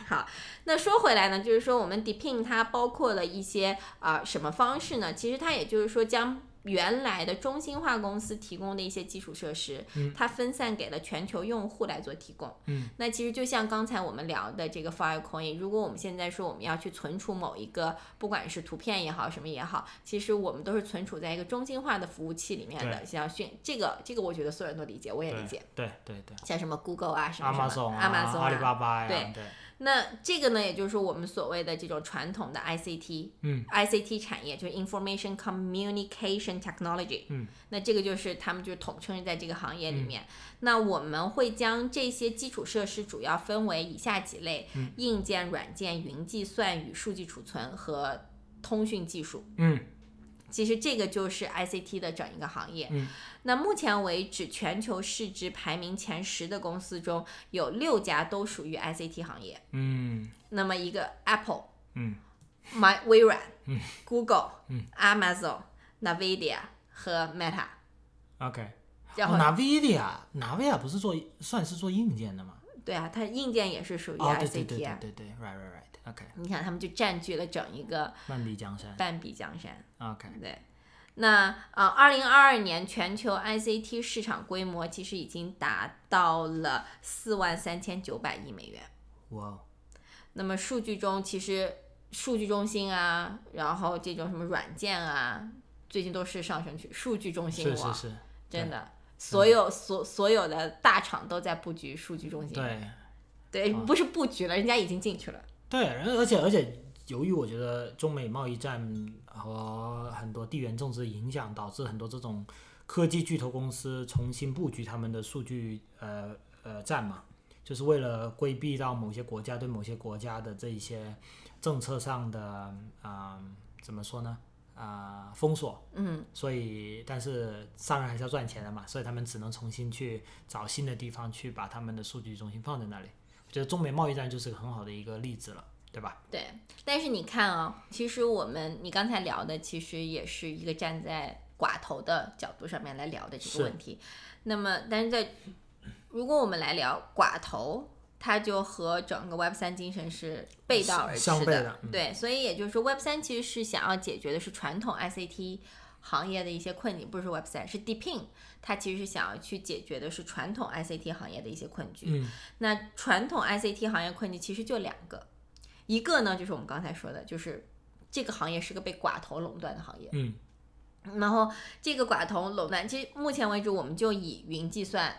S1: 好，那说回来呢，就是说我们 Deepin 它包括了一些啊、呃什么方式呢？其实它也就是说将原来的中心化公司提供的一些基础设施，
S2: 嗯
S1: 它分散给了全球用户来做提供。
S2: 嗯，
S1: 那其实就像刚才我们聊的这个 Filecoin，如果我们现在说我们要去存储某一个，不管是图片也好，什么也好，其实我们都是存储在一个中心化的服务器里面的。像迅这个这个，我觉得所有人都理解，我也理解。
S2: 对对对
S1: 像什么 Google 啊，什么什么
S2: Amazon 啊
S1: Amazon
S2: 阿里巴
S1: 啊，
S2: 巴呀，
S1: 对
S2: 对，
S1: 那这个呢，也就是说我们所谓的这种传统的 ICT，
S2: 嗯
S1: ，ICT 产业就是 Information Communication Technology，
S2: 嗯，
S1: 那这个就是他们就是统称在这个行业里面。那我们会将这些基础设施主要分为以下几类：
S2: 嗯
S1: 硬件、软件、云计算与数据储存和通讯技术。
S2: 嗯
S1: 其实这个就是 ICT 的整一个行业。
S2: 嗯
S1: 那目前为止，全球市值排名前十的公司中有六家都属于 ICT 行业。
S2: 嗯
S1: 那么一个 Apple、
S2: 嗯
S1: My 微软、Google、
S2: 嗯
S1: Amazon、Nvidia 和 Meta，
S2: ，OK。
S1: 然后、
S2: 哦、Nvidia，Nvidia 不是做算是做硬件的吗？
S1: 对啊，它硬件也是属于
S2: 哦，对对
S1: ICT
S2: 对对
S1: 啊。
S2: 对对，right right right，OK，、
S1: 你看，他们就占据了整一个
S2: 万里江山
S1: 半壁江山。
S2: ，OK，
S1: 对，那呃，二零二二年全球 ICT 市场规模其实已经达到了四万三千九百亿美元。
S2: 哇哦，
S1: 那么数据中，其实数据中心啊，然后这种什么软件啊，最近都是上升去数据中心
S2: 是
S1: 网，
S2: 是是，
S1: 真的。所有所所有的大厂都在布局数据中心，
S2: 对啊
S1: 对，不是布局了，人家已经进去了。
S2: 对，而而且而且，由于我觉得中美贸易战和很多地缘政治影响，导致很多这种科技巨头公司重新布局他们的数据呃呃战嘛，就是为了规避到某些国家对某些国家的这一些政策上的啊、怎么说呢啊、封锁，
S1: 嗯，
S2: 所以但是商人还是要赚钱的嘛，所以他们只能重新去找新的地方去把他们的数据中心放在那里。我觉得中美贸易战就是个很好的一个例子了，对吧？
S1: 对，但是你看啊、其实我们你刚才聊的，其实也是一个站在寡头的角度上面来聊的这
S2: 是
S1: 个问题。那么，但是在如果我们来聊寡头，它就和整个 Web 三精神是背道而驰
S2: 相悖的嗯
S1: 对，所以也就是说，Web 三其实是想要解决的是传统 ICT 行业的一些困境，不是 Web 三，是 Deepin，它其实是想要去解决的是传统 ICT 行业的一些困局。
S2: 嗯
S1: 那传统 ICT 行业困境其实就两个，一个呢就是我们刚才说的，就是这个行业是个被寡头垄断的行业，
S2: 嗯
S1: 然后这个寡头垄断，其实目前为止我们就以云计算。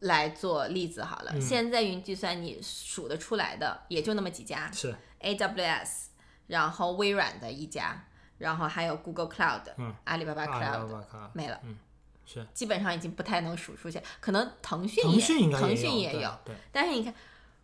S1: 来做例子好了，
S2: 嗯
S1: 现在云计算你数得出来的也就那么几家
S2: 是
S1: ，AWS，然后微软的一家，然后还有 Google Cloud，、
S2: 嗯
S1: 阿里巴巴
S2: 阿
S1: Cloud，
S2: 里巴巴
S1: 没了，
S2: 嗯是
S1: 基本上已经不太能数出去，可能腾讯也
S2: 腾讯应该
S1: 腾讯
S2: 也
S1: 也有，
S2: 对，
S1: 但是你看，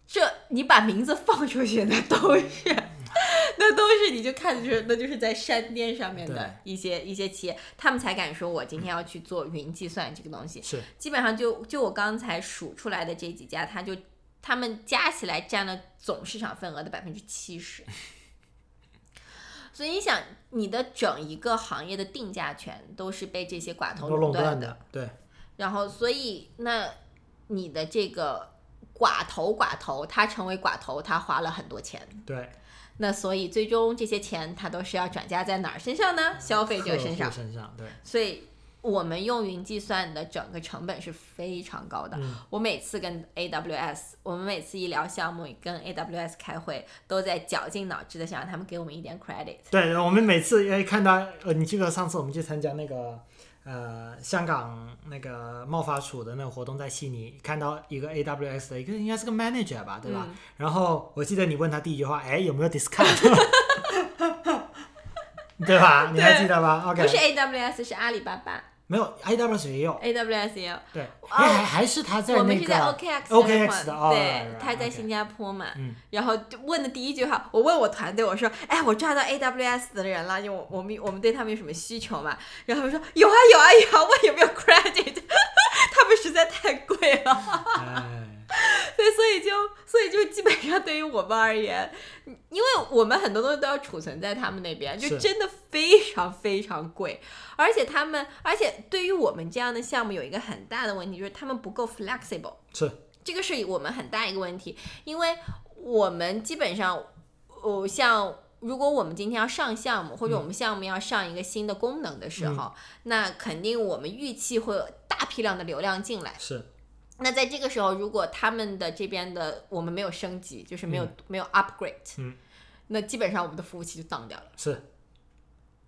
S1: 这你把名字放出去，那都是，
S2: 嗯
S1: 那都是，你就看就是那就是在山巅上面的一些一些企业，他们才敢说我今天要去做云计算这个东西
S2: 对。是
S1: 基本上就就我刚才数出来的这几家，它就他们加起来占了总市场份额的百分之七十。所以你想，你的整一个行业的定价权都是被这些寡头
S2: 都垄
S1: 断
S2: 断
S1: 的，
S2: 的，对，
S1: 然后，所以那你的这个寡头，寡头，他成为寡头，他花了很多钱。
S2: 对，
S1: 那所以最终这些钱，他都是要转嫁在哪儿身上呢？消费者
S2: 客
S1: 身
S2: 户
S1: 上。
S2: 身上，对，
S1: 所以我们用云计算的整个成本是非常高的。
S2: 嗯
S1: 我每次跟 AWS，我们每次一聊项目，跟 AWS 开会，都在绞尽脑汁的想让他们给我们一点 credit。
S2: 对，我们每次哎看到呃，你记得上次我们去参加那个呃香港那个贸发署的那个活动，在悉尼看到一个 AWS 的一个应该是个 manager 吧，对
S1: 嗯
S2: 吧？然后我记得你问他第一句话，哎，有没有 discount？对吧？你还记得吧
S1: 不是
S2: ？OK，
S1: AWS，是阿里巴巴
S2: 没有 AWS 也有，
S1: ，AWS 也有。
S2: 对，哎还还是他在
S1: 哦我们
S2: 那
S1: 是
S2: 个
S1: 在 OKX 那块
S2: OKX 的哦，
S1: 对，他在新
S2: 新，
S1: 加坡嘛。
S2: 嗯
S1: 然后就问的第一句话，我问我团队，我说：“哎，我抓到 AWS 的人了，因为我我们我们对他们有什么需求嘛？”然后他们说：“有啊有啊有啊，问有没有 credit？” 他们实在太贵了。
S2: 哎，
S1: 对，所以就所以就基本上对于我们而言，因为我们很多东西都要储存在他们那边，就是真的非常非常贵，而且他们，而且对于我们这样的项目有一个很大的问题，就是他们不够 flexible。
S2: 是
S1: 这个是我们很大一个问题，因为我们基本上，哦，像如果我们今天要上项目，或者我们项目要上一个新的功能的时候，那肯定我们预期会有大批量的流量进来。
S2: 是
S1: 那在这个时候，如果他们的这边的我们没有升级，就是没有、没有 upgrade，
S2: 嗯
S1: 那基本上我们的服务器就 down 掉了。
S2: 是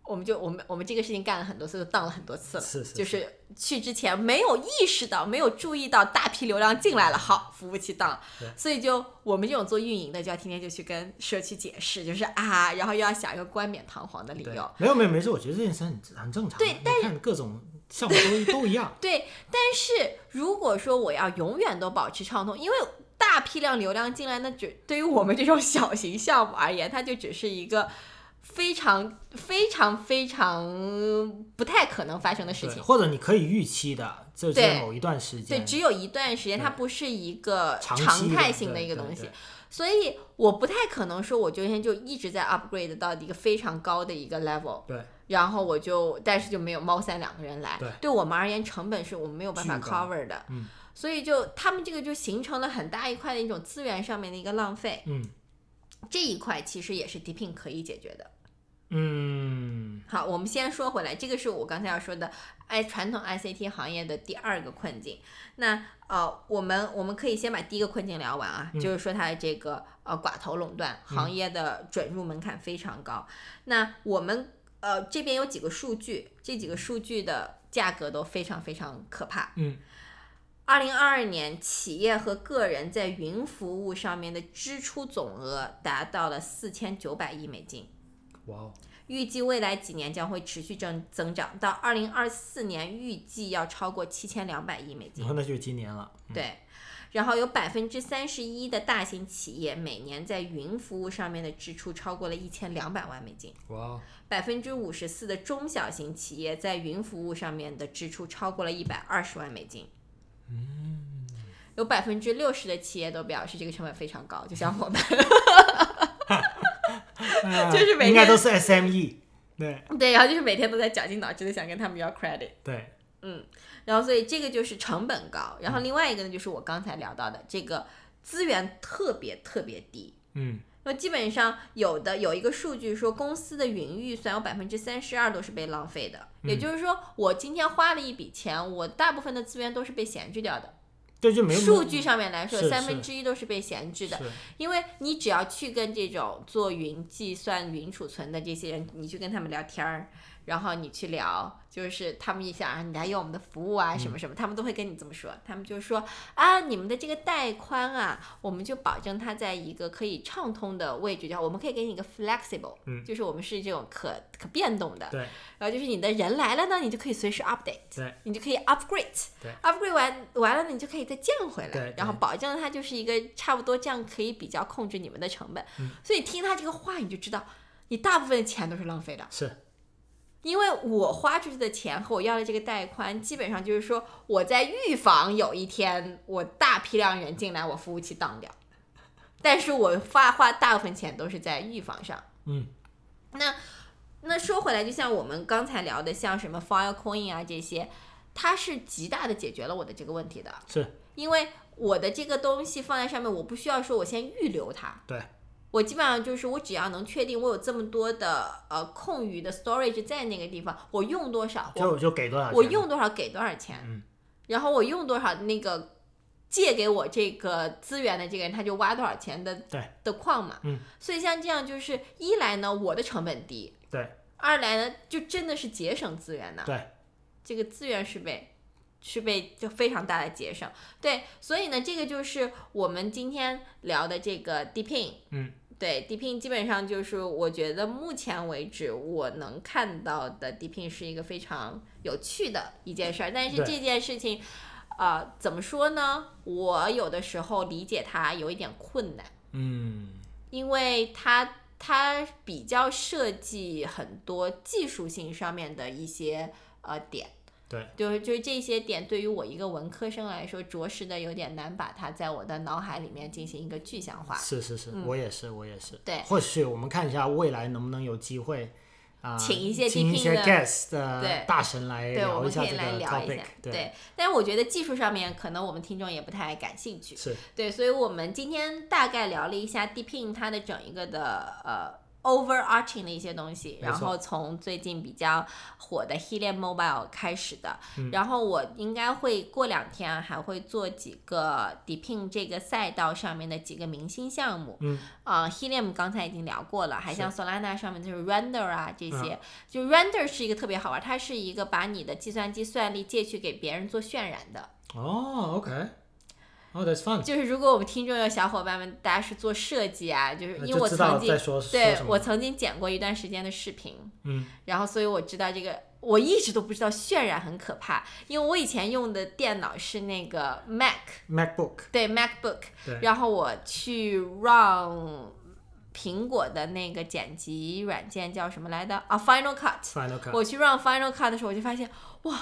S1: 我们就我们我们这个事情干了很多次，就 down 了很多次了。
S2: 是是
S1: 就是去之前没有意识到，没有注意到大批流量进来了，好，服务器 down 了
S2: 嗯对
S1: 所以就我们这种做运营的，就要天天就去跟社区解释，就是啊，然后又要想一个冠冕堂皇的理
S2: 对
S1: 由。，
S2: 没有没有没事，我觉得这件事很很正常。
S1: 对
S2: 你看各种项目都都一样，
S1: 对，但是如果说我要永远都保持畅通，因为大批量流量进来，那只对于我们这种小型项目而言，它就只是一个非常非常非常不太可能发生的事
S2: 对，
S1: 情。
S2: 或者你可以预期的，这
S1: 对
S2: 是某一段时
S1: 对，
S2: 间，
S1: 只有一段时间，它
S2: 对
S1: 不是一个
S2: 长期的
S1: 常态性的
S2: 对
S1: 一个
S2: 对
S1: 东西
S2: 对，
S1: 所以我不太可能说我今天就一直在 upgrade 到一个非常高的一个 level，
S2: 对，
S1: 然后我就，但是就没有猫三两个人来，
S2: 对
S1: 我们而言成本是我们没有办法
S2: 巨高
S1: cover 的，
S2: 嗯
S1: 所以就他们这个就形成了很大一块的一种资源上面的一个浪费，
S2: 嗯
S1: 这一块其实也是 Deepin 可以解决的。
S2: 嗯，
S1: 好，我们先说回来，这个是我刚才要说的，哎，传统 ICT 行业的第二个困境。那呃，我们我们可以先把第一个困境聊完啊，
S2: 嗯
S1: 就是说它的这个呃寡头垄断，行业的准入门槛非常高。那我们呃这边有几个数据，这几个数据的价格都非常非常可怕。
S2: 嗯，
S1: 二零二二年企业和个人在云服务上面的支出总额达到了四千九百亿美金。
S2: 哇哦，
S1: 预计未来几年将会持续增增长，到二零二四年预计要超过七千两百亿美金
S2: 然。后那就是今年了，嗯，
S1: 对，然后有百分之三十一的大型企业每年在云服务上面的支出超过了一千两百万美金，
S2: 哇哦，
S1: 百分之五十四的中小型企业在云服务上面的支出超过了一百二十万美金。嗯，有百分之六十的企业都表示这个成本非常高，就像我们。
S2: 哎
S1: 就是每
S2: 应该
S1: 天
S2: 都是 SME，对
S1: 对，然后就是每天都在绞尽脑汁的想跟他们要 credit。
S2: 对，
S1: 然后所以这个就是成本高，
S2: 嗯
S1: 然后另外一个呢就是我刚才聊到的这个资源特别特别低。
S2: 嗯
S1: 那基本上有的有一个数据说，公司的云预算有百分之三十二都是被浪费的，
S2: 嗯
S1: 也就是说，我今天花了一笔钱，我大部分的资源都是被闲置掉的。
S2: 对，就没有
S1: 数据上面来说，
S2: 是
S1: 三分之一都是被闲置的，
S2: 是
S1: 因为你只要去跟这种做云计算、云储存的这些人，你去跟他们聊天儿，然后你去聊，就是他们一想啊，你来用我们的服务啊，什么什么，他们都会跟你这么说。他们就说啊，你们的这个带宽啊，我们就保证它在一个可以畅通的位置，就好，我们可以给你一个 flexible，、
S2: 嗯
S1: 就是我们是这种可可变动的。
S2: 对
S1: 然后就是你的人来了呢，你就可以随时 update。
S2: 对
S1: 你就可以 upgrade，
S2: 对
S1: u p g r a d e 完完了，你就可以再降回
S2: 对
S1: 来
S2: 对，
S1: 然后保证它就是一个差不多这样可以比较控制你们的成本。
S2: 嗯
S1: 所以听他这个话，你就知道你大部分钱都是浪费的，
S2: 是
S1: 因为我花出去的钱和我要的这个带宽，基本上就是说我在预防有一天我大批量人进来，我服务器当掉，但是我花花大部分钱都是在预防上。
S2: 嗯
S1: 那那说回来，就像我们刚才聊的，像什么 Filecoin 啊这些，它是极大的解决了我的这个问题的，
S2: 是，
S1: 因为我的这个东西放在上面，我不需要说我先预留它，
S2: 对
S1: 我基本上就是我只要能确定我有这么多的呃空余的 storage 在那个地方，我用多少，我
S2: 就就给多少钱，
S1: 我用多少给多少钱，
S2: 嗯
S1: 然后我用多少那个借给我这个资源的这个人，他就挖多少钱的
S2: 对
S1: 的矿嘛。
S2: 嗯，
S1: 所以像这样就是一来呢，我的成本低；
S2: 对
S1: 二来呢，就真的是节省资源呢。
S2: 对，
S1: 这个资源是被是被就非常大的节省。对，所以呢，这个就是我们今天聊的这个 Deepin。
S2: 嗯，
S1: 对，Deepin 基本上就是我觉得目前为止我能看到的 Deepin 是一个非常有趣的一件事儿，但是
S2: 对
S1: 这件事情。呃，怎么说呢？我有的时候理解它有一点困难，
S2: 嗯
S1: 因为它它比较设计很多技术性上面的一些呃点，
S2: 对，
S1: 就是就是这些点对于我一个文科生来说，着实的有点难把它在我的脑海里面进行一个具象化。
S2: 是是是，我也是我也是，
S1: 嗯对
S2: 或许我们看一下未来能不能有机会。啊、
S1: 请一些
S2: 请一
S1: DP
S2: 些
S1: 的
S2: guest 的
S1: 对
S2: 大神来
S1: 对，我
S2: 哎聊一
S1: 们
S2: 下
S1: 可以
S2: 这
S1: 来聊
S2: 个
S1: 一
S2: topic，
S1: 下，对。但是我觉得技术上面可能我们听众也不太感兴趣，
S2: 是
S1: 对，所以我们今天大概聊了一下 Deepin 它的整一个的呃 overarching 的一些东西，
S2: 没错
S1: 然后从最近比较火的 Helium Mobile 开始的，
S2: 嗯
S1: 然后我应该会过两天啊还会做几个 Deping 这个赛道上面的几个明星项目，
S2: 嗯，
S1: 啊、h e l i u m 刚才已经聊过了，还
S2: 是
S1: 像
S2: 嗯
S1: Solana 上面就是 Render 啊这些，就 Render 是一个特别好玩，它是一个把你的计算机算力借去给别人做渲染的，
S2: 哦，OK，哦、oh,，That's fun，
S1: 就是如果我们听众有小伙伴们，大家是做设计啊，就是
S2: 那
S1: 因为我
S2: 就知道
S1: 曾经
S2: 在说说
S1: 对
S2: 什么
S1: 我曾经剪过一段时间的视频，
S2: 嗯，
S1: 然后所以我知道这个，我一直都不知道渲染很可怕，因为我以前用的电脑是那个 Mac，
S2: MacBook，
S1: 对 MacBook，
S2: 对
S1: 然后我去让苹果的那个剪辑软件叫什么来着？啊，Final Cut，
S2: Final Cut，
S1: 我去让 Final Cut 的时候，我就发现哇。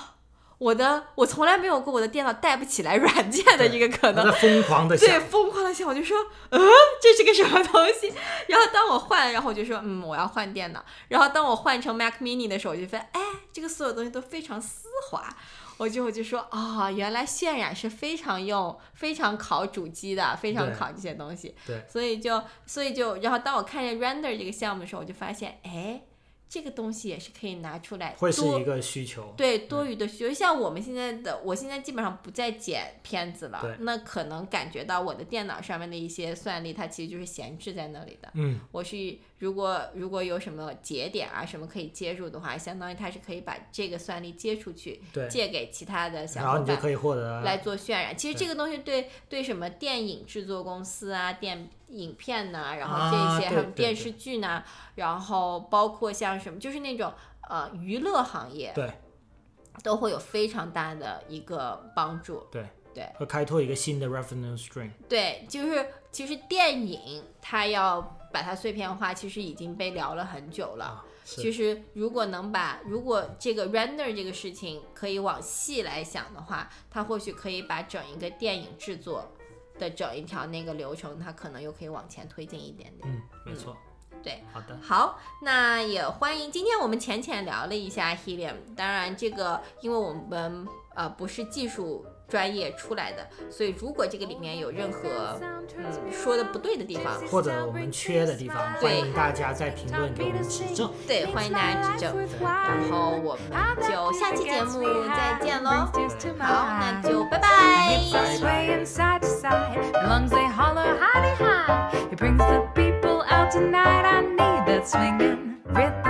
S1: 我的我从来没有过我的电脑带不起来软件的一个可能
S2: 他，在疯狂的
S1: 对，
S2: 想，
S1: 疯狂的想，我就说，嗯，这是个什么东西？ 然后当我换，然后我就说，嗯，我要换电脑。然后当我换成 Mac Mini 的时候，我就发现，哎，这个所有东西都非常丝滑。我就我就说，哦，原来渲染是非常用、非常考主机的，非常
S2: 对
S1: 考这些东西。
S2: 对
S1: 所以就所以就，然后当我看见 Render 这个项目的时候，我就发现，哎，这个东西也是可以拿出来
S2: 会是
S1: 多
S2: 一个需求，
S1: 对多余的需求，像我们现在的，我现在基本上不再剪片子
S2: 对
S1: 了，那可能感觉到我的电脑上面的一些算力，它其实就是闲置在那里的。
S2: 嗯，
S1: 我是如果如果有什么节点啊什么可以接入的话，相当于它是可以把这个算力接出去，
S2: 对，
S1: 借给其他的小
S2: 然后
S1: 伙
S2: 你就
S1: 伴
S2: 可以获得
S1: 来做渲染。其实
S2: 啊
S1: 这
S2: 对
S1: 个东西对对什么电影制作公司啊、电影片呐、然后
S2: 啊
S1: 这些还
S2: 对
S1: 有
S2: 对
S1: 电
S2: 对
S1: 视剧呐、然后包括像什么，就是那种呃娱乐行业，
S2: 对，
S1: 都会有非常大的一个帮助。
S2: 对
S1: 对
S2: 会呃开拓一个新的 revenue stream，
S1: 对，就是其实电影它要把它碎片化，其实已经被聊了很久了。
S2: 啊，
S1: 其
S2: 是，
S1: 实，如果能把如果这个 render 这个事情可以往细来想的话，它或许可以把整一个电影制作的整一条那个流程，它可能又可以往前推进一点点。
S2: 嗯，没错，
S1: 对，
S2: 好的，
S1: 好，那也欢迎。今天我们浅浅聊了一下 helium，当然这个因为我们呃不是技术专业出来的，所以如果这个里面有任何嗯说的不对的地方，
S2: 或者我们缺的地方，欢
S1: 对
S2: 迎大家在评论给我们指正，
S1: 对，欢迎大家指正。然后我们就下期节目再见喽。好，那就拜拜。
S3: Hips sway and side to side. The lungs they holler hidey high. It brings the people out tonight. I need that swinging rhythm.